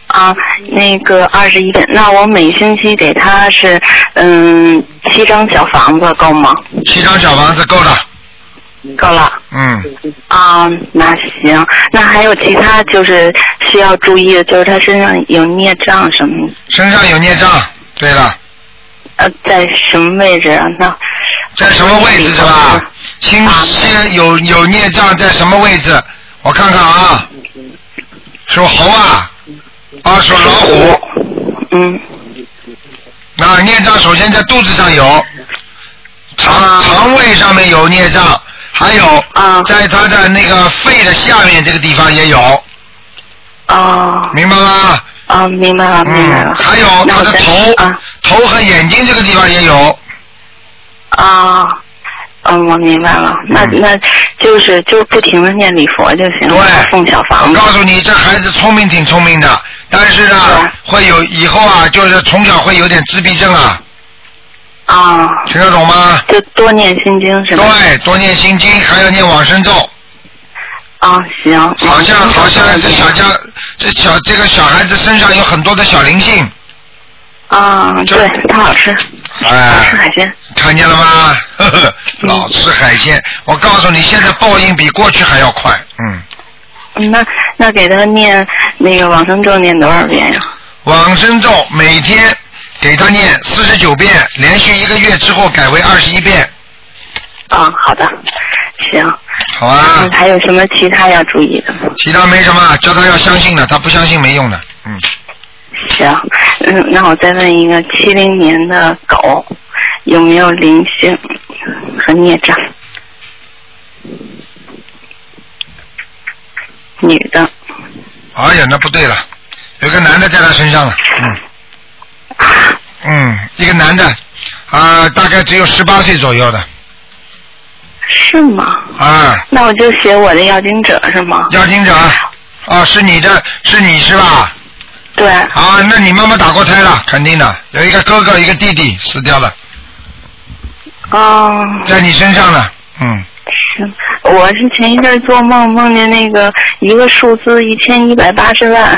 Speaker 7: 啊，那个二十一遍。那我每星期给他是嗯七张小房子够吗？
Speaker 1: 七张小房子够了。
Speaker 7: 够了。
Speaker 1: 嗯，
Speaker 7: 啊，那行。那还有其他就是需要注意的，就是他身上有孽障什么？
Speaker 1: 身上有孽障。对了，
Speaker 7: 呃，在什么位置啊？那
Speaker 1: 在什么位置是吧？心先有有孽障在什么位置？我看看啊，属猴啊，啊属老虎，
Speaker 7: 嗯，
Speaker 1: 那孽障首先在肚子上有，肠肠胃上面有孽障，还有
Speaker 7: 啊
Speaker 1: 在他的那个肺的下面这个地方也有，
Speaker 7: 哦
Speaker 1: 明白吗？
Speaker 7: 哦，明白了，明白了。
Speaker 1: 嗯，还有
Speaker 7: 那
Speaker 1: 他
Speaker 7: 我
Speaker 1: 的
Speaker 7: 再
Speaker 1: 头
Speaker 7: 啊，
Speaker 1: 头和眼睛这个地方也有，
Speaker 7: 啊。嗯，我明白了，那
Speaker 1: 嗯
Speaker 7: 那就是就不停的念礼佛就行了，
Speaker 1: 对
Speaker 7: 送小
Speaker 1: 我
Speaker 7: 房子
Speaker 1: 告，诉你，这孩子聪明挺聪明的，但是呢
Speaker 7: 对，
Speaker 1: 会有以后啊，就是从小会有点自闭症啊，
Speaker 7: 啊，
Speaker 1: 听得懂吗？
Speaker 7: 就多念心经是吧？
Speaker 1: 对，多念心经，还要念往生咒。
Speaker 7: 啊，行。
Speaker 1: 好像
Speaker 7: 嗯
Speaker 1: 好像这小家这小这个小孩子身上有很多的小灵性，
Speaker 7: 啊，
Speaker 1: 就
Speaker 7: 对，他好吃，好吃
Speaker 1: 哎
Speaker 7: 海，鲜。
Speaker 1: 看见了吗？呵
Speaker 7: 嗯
Speaker 1: 呵， [LAUGHS] 老吃海鲜，我告诉你，现在报应比过去还要快。嗯，
Speaker 7: 嗯那那给他念那个往生咒念多少遍呀？
Speaker 1: 往生咒每天给他念四十九遍，连续一个月之后改为二十一遍，
Speaker 7: 啊，好的，行。
Speaker 1: 好啊
Speaker 7: 嗯，。还有什么其他要注意的吗？
Speaker 1: 其他没什么，叫他要相信的，他不相信没用的。嗯，
Speaker 7: 行，嗯，那我再问一个，七零年的狗有没有灵性和孽障？女的，
Speaker 1: 哎呀，那不对了，有个男的在他身上了。嗯。嗯，一个男的，啊、大概只有十八岁左右的，
Speaker 7: 是吗？
Speaker 1: 啊，
Speaker 7: 那我就写我的要经者是吗？
Speaker 1: 要经者，啊，是你的，是你是吧？
Speaker 7: 对，
Speaker 1: 啊，那你妈妈打过胎了，肯定的，有一个哥哥，一个弟弟死掉了，
Speaker 7: 哦，
Speaker 1: 在你身上了，嗯，
Speaker 7: 行，我是前一阵儿做梦梦见那个一个数字一千一百八十万，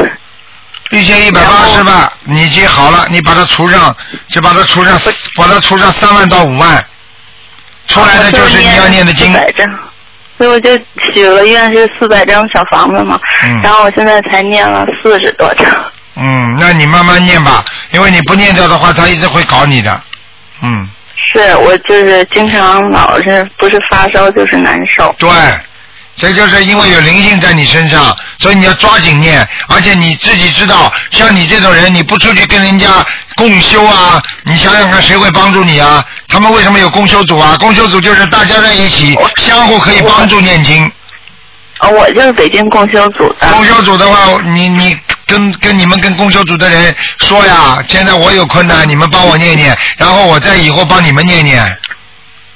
Speaker 1: 一千一百八十万，你记好了，你把它除上，就把它除上，把它除上三万到五万，出来
Speaker 7: 啊
Speaker 1: 的就是你要念的经
Speaker 7: 四，百张，所以我就许了愿是四百张小房子嘛，
Speaker 1: 嗯
Speaker 7: 然后我现在才念了四十多张。
Speaker 1: 嗯，那你慢慢念吧，因为你不念掉的话，他一直会搞你的，嗯，
Speaker 7: 是我就是经常老是不是发烧就是难受，
Speaker 1: 对，这就是因为有灵性在你身上，所以你要抓紧念，而且你自己知道，像你这种人，你不出去跟人家共修啊，你想想看谁会帮助你啊？他们为什么有共修组啊？共修组就是大家在一起，相互可以帮助念经。
Speaker 7: 啊，我就是北京共修组的。
Speaker 1: 共修组的话，你你跟跟你们跟共修组的人说呀，现在我有困难，你们帮我念念，然后我再以后帮你们念念。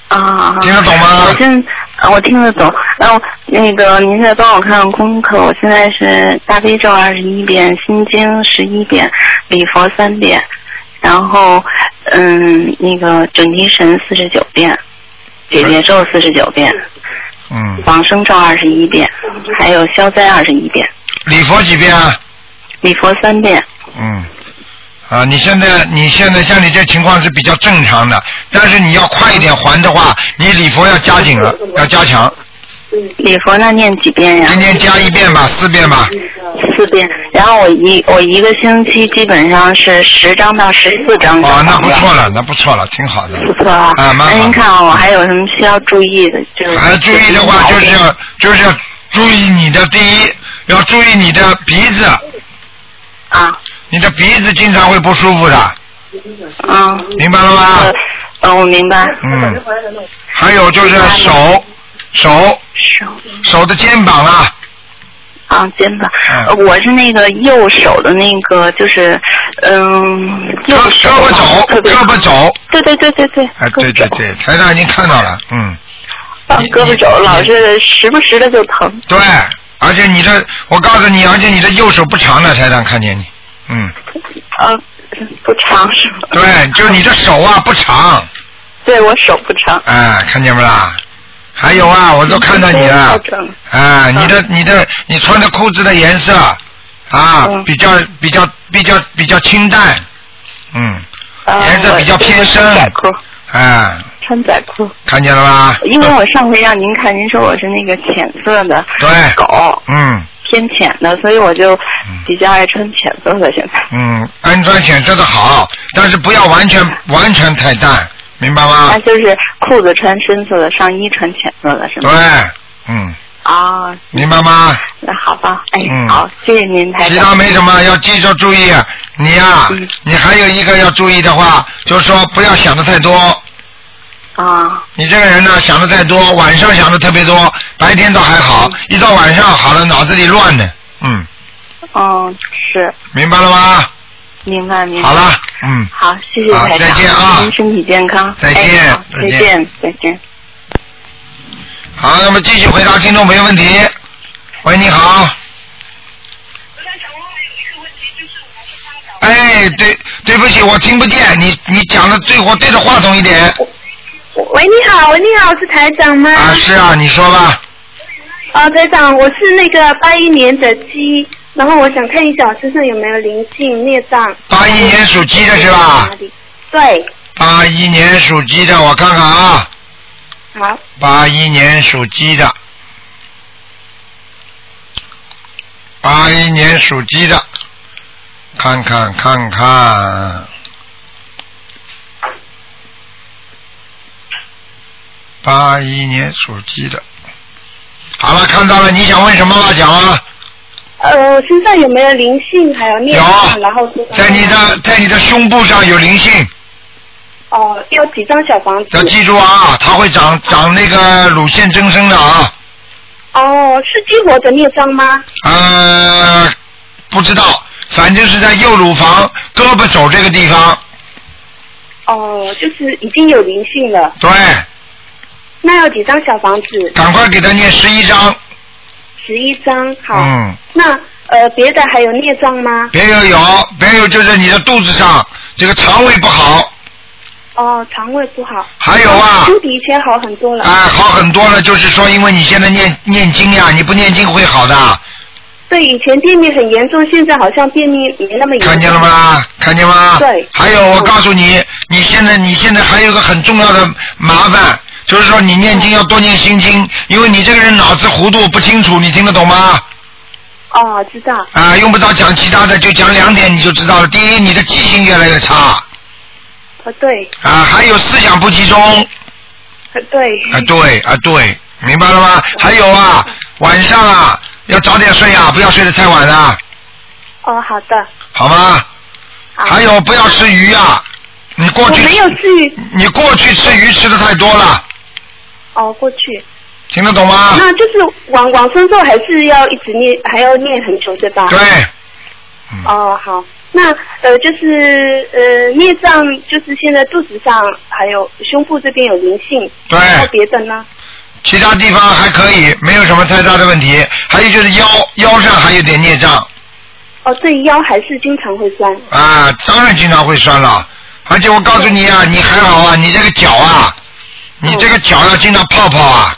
Speaker 7: 啊，
Speaker 1: 听得懂吗
Speaker 7: 我现啊，我听得懂。然后那个，您再帮我看看功课。我现在是大悲咒二十一遍，心经十一遍，礼佛三遍，然后嗯，那个准提神四十九遍，解结咒四十九遍，
Speaker 1: 嗯，
Speaker 7: 往生咒二十一遍，还有消灾二十一遍，
Speaker 1: 礼佛几遍啊？
Speaker 7: 礼佛三遍。
Speaker 1: 嗯，啊，你现在你现在像你这情况是比较正常的，但是你要快一点还的话，你礼佛要加紧
Speaker 7: 嗯
Speaker 1: 了，要加强，
Speaker 7: 礼佛那念几遍呀？
Speaker 1: 今天加一遍吧，四遍吧，
Speaker 7: 四遍。然后我一我一个星期基本上是十张到十四张小
Speaker 1: 哦，
Speaker 7: 房子。
Speaker 1: 那不错了，那不错了，挺好的。
Speaker 7: 不错啊。
Speaker 1: 啊蛮好
Speaker 7: 那您看我还有什么需要注意的？就是
Speaker 1: 还注意的话，
Speaker 7: 嗯
Speaker 1: 就是要就是要注意你的第一，要注意你的鼻子，
Speaker 7: 啊，
Speaker 1: 你的鼻子经常会不舒服的，
Speaker 7: 嗯。
Speaker 1: 明白了吗？
Speaker 7: 呃嗯，我明白。
Speaker 1: 嗯。还有就是手，手
Speaker 7: 手
Speaker 1: 手的肩膀啊，
Speaker 7: 啊，肩膀
Speaker 1: 嗯，
Speaker 7: 呃我是那个右手的那个，就是嗯，
Speaker 1: 胳
Speaker 7: 右
Speaker 1: 胳
Speaker 7: 手
Speaker 1: 膊
Speaker 7: 吧特
Speaker 1: 肘，
Speaker 7: 别
Speaker 1: 胳膊肘。
Speaker 7: 对对对对对，
Speaker 1: 哎，
Speaker 7: 胳
Speaker 1: 对
Speaker 7: 膊
Speaker 1: 对
Speaker 7: 肘，
Speaker 1: 对，台上已经看到了，嗯，
Speaker 7: 啊
Speaker 1: 你
Speaker 7: 胳膊肘
Speaker 1: 你
Speaker 7: 老是时不时的就疼。
Speaker 1: 对，而且你的，我告诉你，而且你的右手不长的，台上看见你，嗯，
Speaker 7: 啊，不长是吗？
Speaker 1: 对，就你的手啊不长，
Speaker 7: 对我手不长。
Speaker 1: 哎，看见不啦？还有啊，我都看到你了
Speaker 7: 好，整
Speaker 1: 啊，你
Speaker 7: 嗯
Speaker 1: 的你的你穿的裤子的颜色啊，
Speaker 7: 嗯
Speaker 1: 比较比较比较比较清淡，嗯，
Speaker 7: 啊
Speaker 1: 颜色比较偏深
Speaker 7: 我穿窄裤，
Speaker 1: 哎，
Speaker 7: 穿窄裤。
Speaker 1: 看见了吧？
Speaker 7: 因为我上回让您看，您说我是那个浅色的
Speaker 1: 对
Speaker 7: 狗，
Speaker 1: 嗯
Speaker 7: 偏浅的，所以我就比较爱穿浅色的。现在，
Speaker 1: 嗯，安装显色的好，但是不要完全完全太淡，明白吗？
Speaker 7: 那就是裤子穿深色的，上衣穿浅色的，是
Speaker 1: 对
Speaker 7: 吗？，
Speaker 1: 嗯，
Speaker 7: 啊，
Speaker 1: 明白吗？
Speaker 7: 那好吧，哎，
Speaker 1: 嗯
Speaker 7: 好，谢谢您，台
Speaker 1: 其他
Speaker 7: 长。
Speaker 1: 没什么，要记住注意啊你呀、你还有一个要注意的话，就是说不要想的太多。
Speaker 8: 啊，
Speaker 1: 你这个人呢，想的太多，晚上想的特别多，白天倒还好，一到晚上好了，脑子里乱的，嗯，
Speaker 8: 嗯，是，
Speaker 1: 明白了吗？
Speaker 8: 明白明白。
Speaker 1: 好了，嗯，
Speaker 8: 好，谢谢
Speaker 1: 好
Speaker 8: 台长，
Speaker 1: 再见啊
Speaker 8: 您身体健康，
Speaker 1: 再见
Speaker 8: 哎好
Speaker 1: 再
Speaker 8: 再
Speaker 1: 见
Speaker 8: 见，再见。
Speaker 1: 好，那么继续回答听众朋友问题。喂，你好。哎，对，对不起，我听不见你，你讲的对我对着话筒一点
Speaker 9: 喂，你好，喂，你好，是台长吗？
Speaker 1: 啊，是啊，你说吧，
Speaker 9: 啊，台长，我是那个八一年的鸡，然后我想看一下我身上有没有灵性孽障。
Speaker 1: 八一年属鸡的是吧？
Speaker 9: 对，
Speaker 1: 八一年属鸡的，我看看啊，
Speaker 9: 好，
Speaker 1: 八一年属鸡的，八一年属鸡的，看看看看，八一年属鸡的，好了，看到了，你想问什么了？讲啊，
Speaker 9: 呃，身上有没有灵性，还有孽障，
Speaker 1: 有
Speaker 9: 然后是
Speaker 1: 在你的在你的胸部上有灵性，
Speaker 9: 哦、要几张小房
Speaker 1: 要
Speaker 9: 子？
Speaker 1: 记住啊，它会长长那个乳腺增生的啊。
Speaker 9: 哦，是激活的孽障吗？
Speaker 1: 呃，不知道，反正是在右乳房胳膊肘这个地方。
Speaker 9: 哦、就是已经有灵性了。
Speaker 1: 对，
Speaker 9: 那要几张小房子？
Speaker 1: 赶快给他念十一章。
Speaker 9: 十一张，好。
Speaker 1: 嗯，
Speaker 9: 那呃，别的还有孽障吗？
Speaker 1: 别有有，别有就是你的肚子上这个肠胃不好，
Speaker 9: 哦、肠胃不好。
Speaker 1: 还有啊
Speaker 9: 都比以前好很多了。
Speaker 1: 哎、好很多了。就是说，因为你现在念念经呀，你不念经会好的，
Speaker 9: 对，以前便秘很严重，现在好像便秘没那么严重。
Speaker 1: 看见了？吗？看见吗？
Speaker 9: 对
Speaker 1: 还有，我告诉你，你现在你现在还有一个很重要的麻烦，就是说你念经要多念心经，因为你这个人脑子糊涂不清楚，你听得懂吗？
Speaker 9: 哦，知道。
Speaker 1: 啊，用不着讲其他的，就讲两点你就知道了。第一，你的记性越来越差
Speaker 9: 呃，对，
Speaker 1: 啊，还有思想不集中
Speaker 9: 呃，对，
Speaker 1: 啊，对啊对，明白了吗？还有啊，晚上啊要早点睡啊，不要睡得太晚啊，
Speaker 9: 哦，好的。
Speaker 1: 好吗？
Speaker 9: 好
Speaker 1: 还有不要吃鱼啊，你过
Speaker 9: 我
Speaker 1: 去
Speaker 9: 没有去，
Speaker 1: 你过去吃鱼吃的太多了，
Speaker 9: 哦，过去。
Speaker 1: 听得懂吗？
Speaker 9: 那就是往往生咒还是要一直念，还要念很久，对吧？
Speaker 1: 对。，
Speaker 9: 哦，好。那呃，就是呃，孽障就是现在肚子上还有胸部这边有灵性，
Speaker 1: 对
Speaker 9: 然后别的呢？
Speaker 1: 其他地方还可以，没有什么太大的问题。还有就是腰腰上还有点孽障，
Speaker 9: 哦，对，腰还是经常会酸。
Speaker 1: 啊，当然经常会酸了，而且我告诉你啊，你还好啊，你这个脚啊，你这个脚要经常泡泡啊，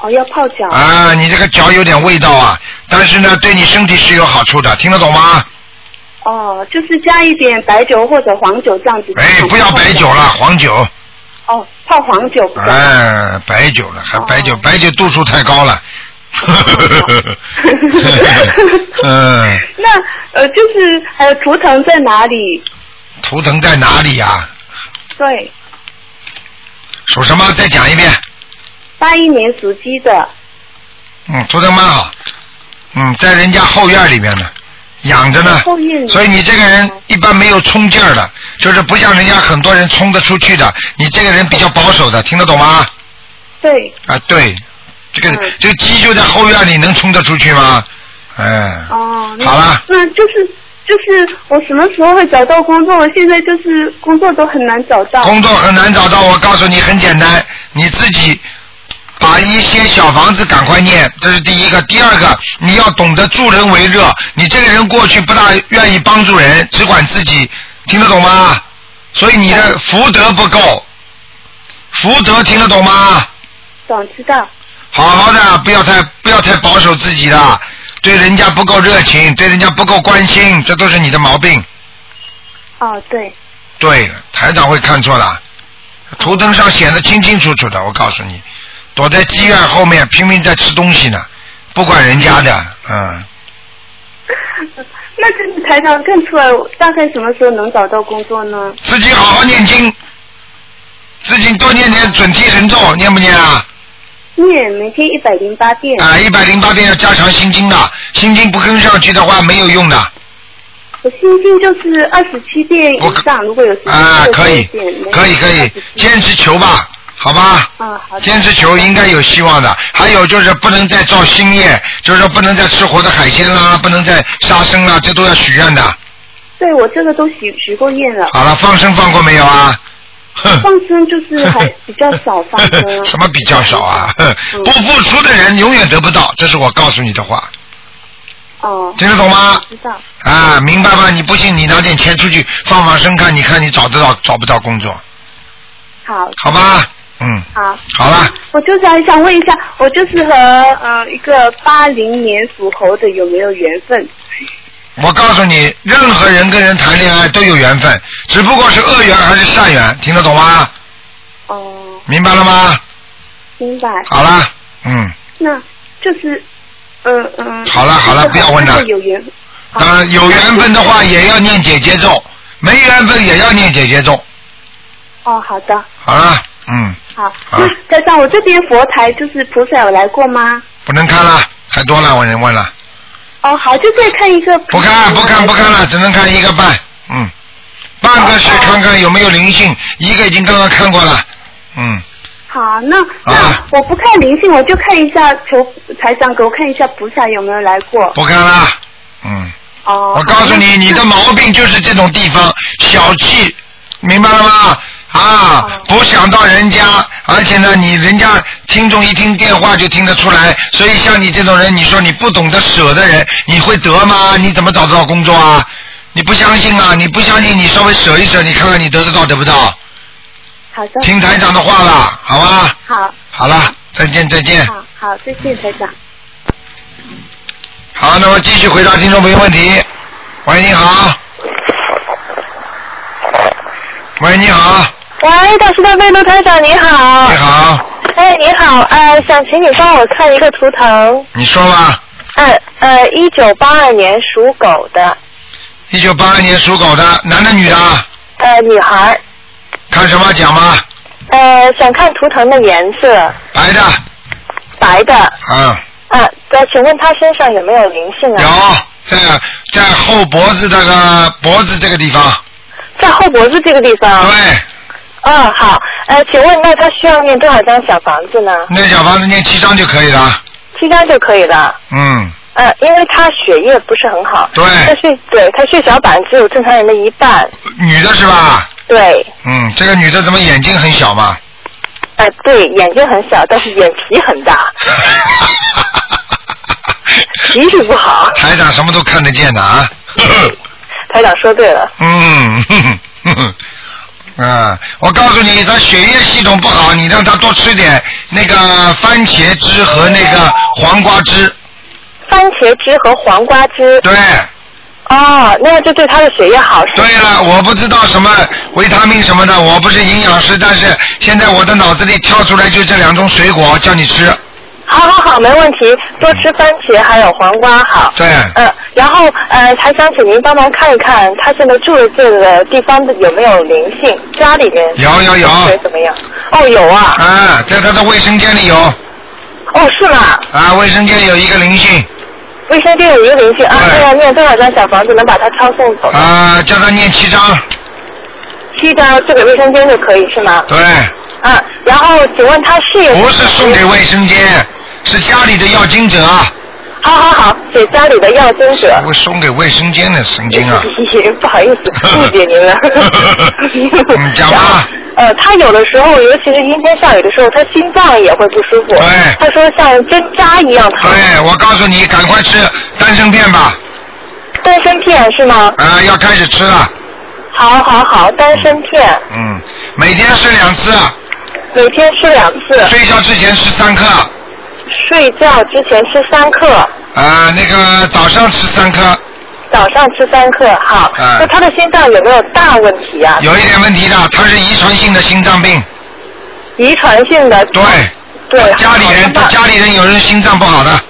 Speaker 9: 哦，要泡脚。
Speaker 1: 啊，你这个脚有点味道啊，但是呢，对你身体是有好处的，听得懂吗？
Speaker 9: 哦，就是加一点白酒或者黄酒这样
Speaker 2: 嗯
Speaker 9: 子。
Speaker 1: 哎，不要白酒了，黄酒，
Speaker 9: 哦，泡黄酒不
Speaker 1: 哎、
Speaker 9: 对。
Speaker 1: 白酒了，还
Speaker 9: 哦
Speaker 1: 白酒，白酒度数太高了。 [LAUGHS] 嗯，
Speaker 9: 那呃，就是还有图腾在哪里？
Speaker 1: 图腾在哪里呀、啊
Speaker 9: 对，
Speaker 1: 属什么？再讲一遍。
Speaker 9: 八一年属鸡的。
Speaker 1: 嗯，图腾蛮好。嗯，在人家后院里面呢，养着呢。
Speaker 9: 后院里
Speaker 1: 所以你这个人一般没有冲劲儿的，就是不像人家很多人冲得出去的。你这个人比较保守的，听得懂吗？
Speaker 9: 对，
Speaker 1: 啊，对，这个、
Speaker 9: 嗯
Speaker 1: 这个鸡就在后院里，能冲得出去吗？哎，
Speaker 9: 哦，那
Speaker 1: 好了，
Speaker 9: 那就是就是我什么时候会找到工作？我现在就是工作都很难找到。
Speaker 1: 工作很难找到。我告诉你，很简单，你自己把一些小房子赶快念，这是第一个。第二个，你要懂得助人为乐。你这个人过去不大愿意帮助人，只管自己，听得懂吗？所以你的福德不够，福德听得懂吗？
Speaker 9: 懂知道。
Speaker 1: 好好的，不要太不要太保守自己了，对人家不够热情，对人家不够关心，这都是你的毛病。
Speaker 9: 哦，对， [LAUGHS]
Speaker 1: 对了，台长会看错的，图腾上显得清清楚楚的，我告诉你，躲在妓院后面拼命在吃东西呢，不管人家的，嗯，
Speaker 9: 那这个台长看出来，我大概什么时候能找到工作呢？
Speaker 1: 自己好好念经，自己多念点准提神咒，念不念啊？
Speaker 9: 念每天一百零八遍。
Speaker 1: 啊，一百零八遍要加强心经的，心经不跟上去的话没有用的，
Speaker 9: 我心经就是二十七遍以上，如果有
Speaker 1: 啊，可以
Speaker 9: 心经就多一点
Speaker 1: 可以可以，坚持求吧，好吧？
Speaker 9: 嗯，好的。
Speaker 1: 坚持求应该有希望的。还有就是不能再造新业，就是说不能再吃活的海鲜啦，不能再杀生啦，这都要许愿的。
Speaker 9: 对我这个都许许过愿了，
Speaker 1: 好了，放生放过没有啊？哼。。
Speaker 9: 放生就是还比较少放生
Speaker 1: [LAUGHS]
Speaker 9: 嗯
Speaker 1: 什么比较少啊？哼不付出的人永远得不到，这是我告诉你的话。
Speaker 9: 哦。
Speaker 1: 听得懂吗
Speaker 9: 知道。
Speaker 1: 啊，明白吗？你不信，你拿点钱出去放放生看，你看你找得到找不到工作，
Speaker 9: 好。
Speaker 1: 好吧？嗯，
Speaker 9: 好，
Speaker 1: 好了，
Speaker 9: 我就是还想问一下，我就是和呃一个八零年属猴的有没有缘分？
Speaker 1: 我告诉你，任何人跟人谈恋爱都有缘分，只不过是恶缘还是善缘，听得懂吗？
Speaker 9: 哦，
Speaker 1: 明白了吗？
Speaker 9: 明白。
Speaker 1: 好了，嗯，
Speaker 9: 那就是，嗯嗯。
Speaker 1: 好了好了不要问了
Speaker 9: 真的有缘分。
Speaker 1: 当然有缘分的话也要念姐姐咒，没缘分也要念姐姐咒。
Speaker 9: 哦，好的，
Speaker 1: 好了，嗯，
Speaker 9: 好。那台长，我这边佛台就是菩萨有来过吗？
Speaker 1: 不能看了，太多了，我人问了，
Speaker 9: 哦，好，就再看一个。
Speaker 1: 不看不看不看了，只能看一个半，嗯，半个是看看有没有灵性，一个已经刚刚看过了，嗯，
Speaker 9: 好，那
Speaker 1: 啊
Speaker 9: 那我不看灵性，我就看一下求台长给我看一下菩萨有没有来过。
Speaker 1: 不看了，嗯。
Speaker 9: 哦。
Speaker 1: 我告诉你，你的毛病就是这种地方小气，明白了吗？啊，不想到人家，而且呢，你人家听众一听电话就听得出来，所以像你这种人，你说你不懂得舍的人，你会得吗？你怎么找得到工作啊？你不相信啊？你不相信，你稍微舍一舍，你看看你得得到得不到？
Speaker 9: 好的。
Speaker 1: 听台长的话吧，好吧？
Speaker 9: 好，
Speaker 1: 好了，再见再见。
Speaker 9: 好，好，再见，台长。
Speaker 1: 好，那么继续回答听众朋友问题。喂，你好。喂，你好，
Speaker 2: 喂，大师大悲卢台长，你好。
Speaker 1: 你好，
Speaker 2: 哎，你好，呃，想请你帮我看一个图腾，
Speaker 1: 你说吧。
Speaker 2: 呃呃，一九八二年属狗的，
Speaker 1: 一九八二年属狗的，男的女的？
Speaker 2: 呃，女孩儿，
Speaker 1: 看什么讲吗？
Speaker 2: 呃，想看图腾的颜色，
Speaker 1: 白的，
Speaker 2: 白的，
Speaker 1: 啊，
Speaker 2: 啊，呃，请问她身上有没有灵性啊？
Speaker 1: 有，在在后脖子这个脖子这个地方，
Speaker 2: 在后脖子这个地方。
Speaker 1: 对。
Speaker 2: 嗯，好，呃，请问那她需要念多少张小房子呢？
Speaker 1: 那小房子念七张就可以了。
Speaker 2: 七张就可以了。
Speaker 1: 嗯，
Speaker 2: 呃，因为她血液不是很好，
Speaker 1: 对
Speaker 2: 她血对她血小板只有正常人的一半，
Speaker 1: 女的是吧？
Speaker 2: 对，
Speaker 1: 嗯，这个女的怎么眼睛很小嘛？
Speaker 2: 哎、对，眼睛很小，但是眼皮很大，脾气不好。
Speaker 1: 台长什么都看得见的啊。
Speaker 2: 台长说对了，
Speaker 1: 嗯，哼哼哼哼，啊，我告诉你，他血液系统不好，你让他多吃点那个番茄汁和那个黄瓜汁。
Speaker 2: 番茄汁和黄瓜汁。
Speaker 1: 对。
Speaker 2: 哦，那样就对他的血液好。
Speaker 1: 对了，我不知道什么维他命什么的，我不是营养师，但是现在我的脑子里跳出来就这两种水果，叫你吃。
Speaker 2: 好好好，没问题，多吃番茄还有黄瓜好。
Speaker 1: 对，
Speaker 2: 嗯、然后呃，还想请您帮忙看一看，他现在住的这个地方的有没有灵性，家里面
Speaker 1: 有有有
Speaker 2: 对怎么样？哦，有啊。
Speaker 1: 啊，在他的卫生间里有，
Speaker 2: 哦，是吗？
Speaker 1: 啊，卫生间有一个灵性，
Speaker 2: 卫生间有一个灵性啊，那要念多少张小房子能把它抄送走？
Speaker 1: 啊，叫他念七章，
Speaker 2: 七张这个卫生间就可以是吗？
Speaker 1: 对，
Speaker 2: 啊，然后请问他是有
Speaker 1: 不是送给卫生间，是家里的要经者。
Speaker 2: 好好好，给家里的要经者。
Speaker 1: 会送给卫生间的神经啊！
Speaker 2: 不好意
Speaker 1: [LAUGHS]
Speaker 2: 思，误解您了。啊
Speaker 1: 嗯，讲吧，
Speaker 2: [LAUGHS] 呃，他有的时候，尤其是阴天下雨的时候，他心脏也会不舒服。
Speaker 1: 对
Speaker 2: 他说像针扎一样疼。
Speaker 1: 对我告诉你，赶快吃丹参片吧，
Speaker 2: 丹参片是吗？
Speaker 1: 啊、要开始吃了，
Speaker 2: 好好好，丹参片
Speaker 1: 嗯，每天吃两次，
Speaker 2: 每天吃两次，
Speaker 1: 睡觉之前吃三克，啊、
Speaker 2: 睡觉之前吃三克，
Speaker 1: 呃那个早上吃三克，
Speaker 2: 早上吃三克。好，
Speaker 1: 嗯
Speaker 2: 那他的心脏有没有大问题啊？
Speaker 1: 有一点问题的，它是遗传性的心脏病，
Speaker 2: 遗传性的。
Speaker 1: 对，
Speaker 2: 对，
Speaker 1: 家里人
Speaker 2: 好
Speaker 1: 家里人有人心脏不好的，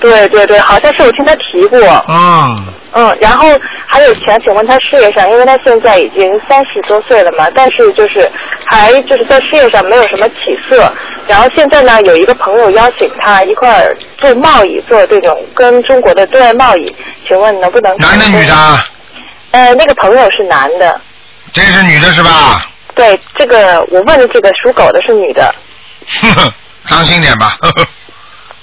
Speaker 2: 对对对，好像是我听他提过，
Speaker 1: 嗯，
Speaker 2: 嗯，然后还有想请问他事业上，因为他现在已经三十多岁了嘛，但是就是还就是在事业上没有什么起色，然后现在呢有一个朋友邀请他一块儿做贸易，做这种跟中国的对外贸易，请问能不能？
Speaker 1: 男的女的啊？
Speaker 2: 呃，那个朋友是男的，
Speaker 1: 这是女的是吧？ [LAUGHS]
Speaker 2: 对，这个我问的这个属狗的是女的，
Speaker 1: 哼哼，当心点吧。 [LAUGHS] 呵呵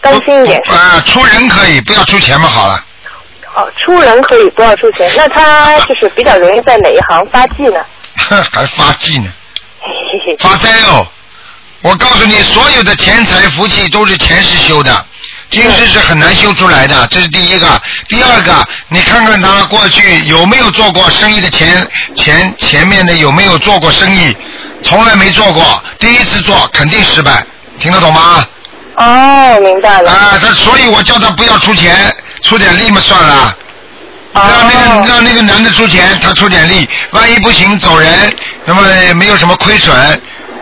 Speaker 2: 当心一点。
Speaker 1: 啊，出人可以，不要出钱嘛，好了。 [LAUGHS]
Speaker 2: 哦，出人可以不要出钱，那他就是比较容易在哪一行发迹呢？ [LAUGHS]
Speaker 1: 哼还发迹呢，发呆哦！我告诉你，所有的钱财福气都是前世修的，今世是很难修出来的，这是第一个。第二个，你看看他过去有没有做过生意的前前前面的有没有做过生意，从来没做过，第一次做肯定失败，听得懂吗？
Speaker 2: 哦，明白了。
Speaker 1: 啊，这所以我叫他不要出钱，出点力嘛算了。
Speaker 2: 哦
Speaker 1: 让那个让那个男的出钱，他出点力，万一不行走人，那么没有什么亏损，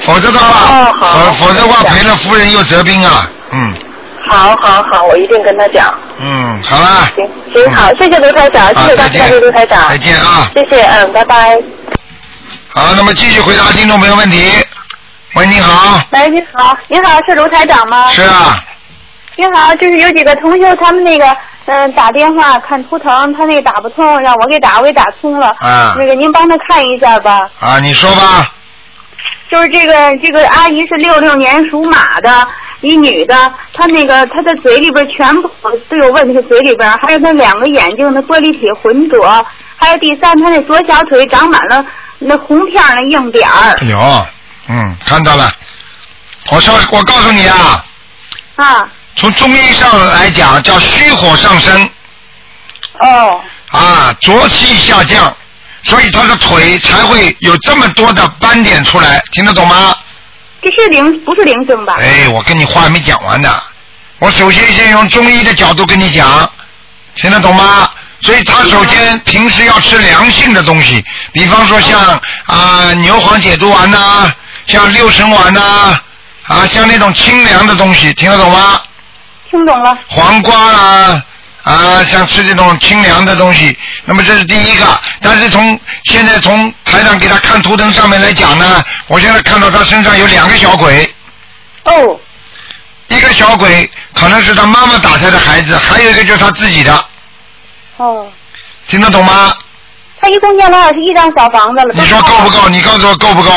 Speaker 1: 否则的话，
Speaker 2: 哦
Speaker 1: 否否则的话赔了夫人又折兵啊，嗯
Speaker 2: 好好好，我一定跟他讲。
Speaker 1: 嗯，好啦，啊
Speaker 2: 行行好，谢谢卢台长，谢谢大家，谢谢卢台长，
Speaker 1: 再见啊，
Speaker 2: 谢谢，嗯，拜拜。
Speaker 1: 好，那么继续回答听众朋友问题。喂，你好，
Speaker 9: 喂，你好，你好，是卢台长吗？
Speaker 1: 是啊，
Speaker 9: 你好，就是有几个同学他们那个嗯、打电话看图腾，他那个打不通，让我给打，我给打通了。
Speaker 1: 啊
Speaker 9: 那个您帮他看一下吧。
Speaker 1: 啊，你说吧，
Speaker 9: 就是这个这个阿姨是六六年属马的，一女的，她那个她的嘴里边全部都有问题，嘴里边还有那两个眼睛的玻璃体浑浊，还有第三，她那左小腿长满了那红片儿那硬点儿
Speaker 1: 哎呦，嗯，看到了，我说我告诉你啊，
Speaker 9: 啊。
Speaker 1: 从中医上来讲叫虚火上升。
Speaker 9: 哦。
Speaker 1: 啊，浊气下降，所以他的腿才会有这么多的斑点出来，听得懂吗？
Speaker 9: 这是灵不是灵性吧？
Speaker 1: 哎，我跟你话还没讲完呢，我首先先用中医的角度跟你讲，听得懂吗？所以他首先平时要吃凉性的东西，比方说像啊、牛黄解毒丸呐、像六神丸呐、啊，像那种清凉的东西，听得懂吗？
Speaker 9: 听懂了。
Speaker 1: 黄瓜啦、啊，像吃这种清凉的东西。那么这是第一个，但是从现在从台上给他看图腾上面来讲呢，我现在看到他身上有两个小鬼。
Speaker 9: 哦。
Speaker 1: 一个小鬼可能是他妈妈打胎的孩子，还有一个就是他自己的，
Speaker 9: 哦，
Speaker 1: 听得懂吗？
Speaker 9: 她一共念了二十一张小房子了。
Speaker 1: 你说够不够？你告诉我够不够？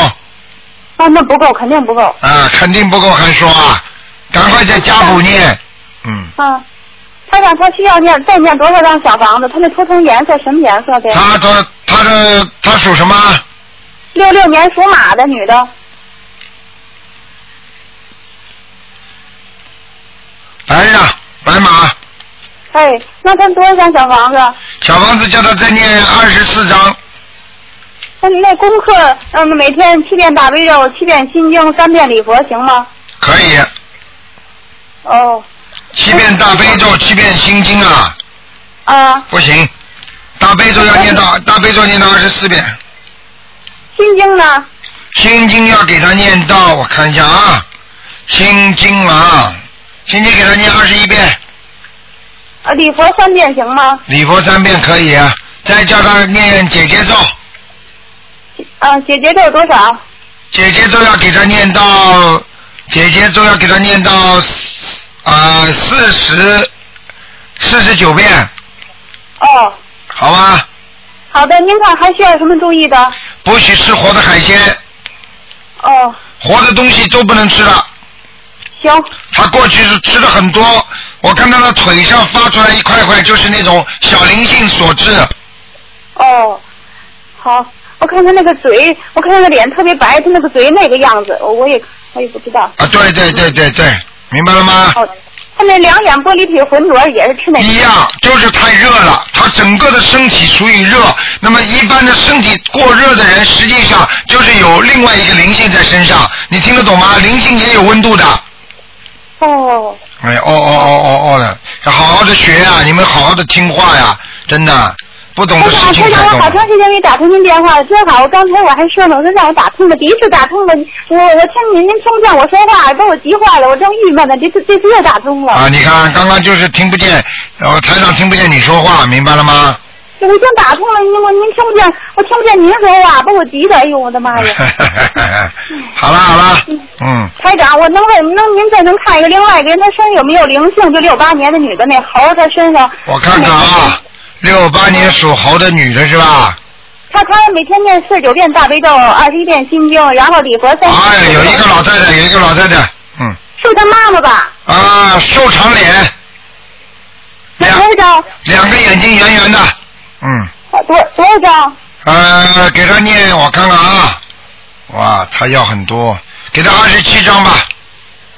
Speaker 9: 啊，那不够，肯定不够。
Speaker 1: 啊，肯定不够，还说啊，赶快再加补念。嗯
Speaker 9: 啊，他想他需要念再念多少张小房子？他那图腾颜色什么颜色的呀？
Speaker 1: 他他他的他属什么？
Speaker 9: 六六年属马的女的，
Speaker 1: 白的白马，
Speaker 9: 哎，那他多少张小房子？
Speaker 1: 小房子叫他再念二十四章。
Speaker 9: 那那功课，嗯，每天七遍大悲咒，七遍心经，三遍礼佛，行吗？
Speaker 1: 可以，
Speaker 9: 哦，
Speaker 1: 七遍大悲咒，七遍心经啊，
Speaker 9: 啊，
Speaker 1: 不行，大悲咒要念到大悲咒念到二十四遍，
Speaker 9: 呃心经呢？
Speaker 1: 心经要给他念到，我看一下啊，心经啊，心经给他念二十一遍，
Speaker 9: 啊，礼佛三遍行吗？
Speaker 1: 礼佛三遍可以啊，再叫他念姐姐咒，
Speaker 9: 啊，姐姐咒多少？
Speaker 1: 姐姐咒要给他念到，姐姐咒要给他念到啊四十四十九遍，
Speaker 9: 哦，
Speaker 1: 好吗？
Speaker 9: 好的，您看还需要什么注意的？
Speaker 1: 不许吃活的海鲜，
Speaker 9: 哦，
Speaker 1: 活的东西都不能吃了。
Speaker 9: 行。
Speaker 1: 他过去是吃了很多，我看到他腿上发出来一块块，就是那种小灵性所致。啊
Speaker 9: 哦，好，我看他那个嘴，我看他的脸特别白，他那个嘴那个样子，哦我也我也不知道。
Speaker 1: 啊，对对对对对，明白了吗？
Speaker 9: 哦，他那两眼玻璃体浑浊也是吃那个。
Speaker 1: 一样，就是太热了，他整个的身体属于热。那么一般的身体过热的人，实际上就是有另外一个灵性在身上，你听得懂吗？灵性也有温度的。
Speaker 9: 哦，
Speaker 1: 哎，哦哦哦哦哦了，要好好的学呀、你们好好的听话呀、真的，不懂
Speaker 9: 台
Speaker 1: 的事
Speaker 9: 长，
Speaker 1: 情
Speaker 9: 台长，
Speaker 1: 才
Speaker 9: 我好
Speaker 1: 懂。
Speaker 9: 长时间没打通您电话了，真好！我刚才我还说呢，我说让我打通了，第一次打通了，我我听您您听不见我说话，把我急坏了，我正郁闷呢，这次这次又打通了。
Speaker 1: 啊，你看刚刚就是听不见，呃，台上听不见你说话，明白了吗？
Speaker 9: 我已经打通了，您我您听不见，我听不见您说话，把我急的，哎呦我的妈呀！
Speaker 1: 好啦好啦，嗯，
Speaker 9: 台长，我能问能您再能看一个另外一个人，他身上有没有灵性？就六八年的女的那猴，她身上
Speaker 1: 我看看啊，六八年属猴的女的是吧？
Speaker 10: 她她每天念四十九遍大悲咒，二十一遍心经，然后礼佛三十。
Speaker 1: 哎，有一个老太太，有一个老太太，嗯，
Speaker 10: 是她妈妈吧？
Speaker 1: 啊，瘦长脸，
Speaker 10: 多
Speaker 1: 哎
Speaker 10: 少张？
Speaker 1: 两个眼睛圆圆的，嗯，
Speaker 10: 多多少张？
Speaker 1: 呃，给她念，我看看啊，哇，她要很多，给她二十七张吧，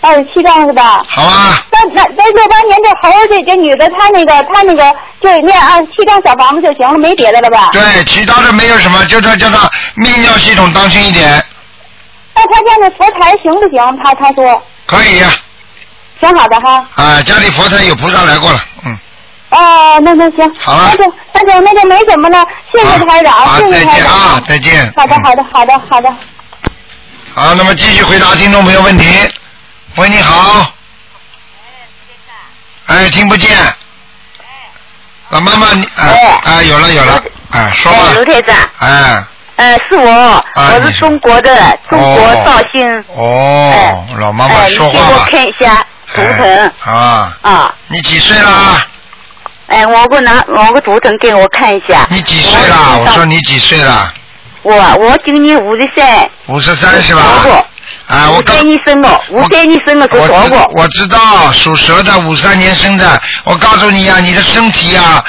Speaker 10: 二十七张是吧？
Speaker 1: 好啊，
Speaker 10: 那那那六八年这猴儿这这女的，她那个她那个就念二十七张小房子就行了，没别的了吧？
Speaker 1: 对，其他的没有什么，就她叫她泌尿系统当心一点，
Speaker 10: 那她家那佛台行不行？她她说
Speaker 1: 可以
Speaker 10: 挺好的哈。
Speaker 1: 啊，家里佛台有菩萨来过了，嗯，
Speaker 9: 哎
Speaker 10: 哦，那那行，
Speaker 1: 好了
Speaker 10: 那就那就那就没什么了，谢谢台长，
Speaker 1: 啊，
Speaker 10: 谢
Speaker 1: 再
Speaker 10: 谢台
Speaker 1: 见
Speaker 10: 长。
Speaker 1: 啊，再见，
Speaker 10: 好的，
Speaker 9: 嗯
Speaker 10: 好的，好的，好的。
Speaker 1: 好，那么继续回答听众朋友问题。喂，你好。哎，听不见。
Speaker 7: 哎
Speaker 1: 老妈妈，你哎哎，有了有了，哎，说吧
Speaker 7: 哦哎，，卢台长，
Speaker 1: 哎，
Speaker 7: 呃，是我，我
Speaker 1: 你
Speaker 7: 是中国的中国
Speaker 1: 哦
Speaker 7: 绍兴，
Speaker 1: 哦，老妈妈
Speaker 7: 哎，你给
Speaker 1: 说话
Speaker 7: 我
Speaker 1: 吧。
Speaker 7: 看一下图腾
Speaker 1: 啊，
Speaker 7: 啊。
Speaker 1: 你几岁啦？
Speaker 7: 哎，我给我拿我个图腾给我看一下。
Speaker 1: 你几岁啦？我说你几岁啦？
Speaker 7: 我我今年五十三，
Speaker 1: 五十三是吧？啊，我
Speaker 7: 五
Speaker 1: 刚
Speaker 7: 三年生的，五三年生的
Speaker 1: 我
Speaker 7: 属
Speaker 1: 知
Speaker 7: 蛇的。
Speaker 1: 我知道，属蛇的，五三年生的。我告诉你呀、你的身体呀、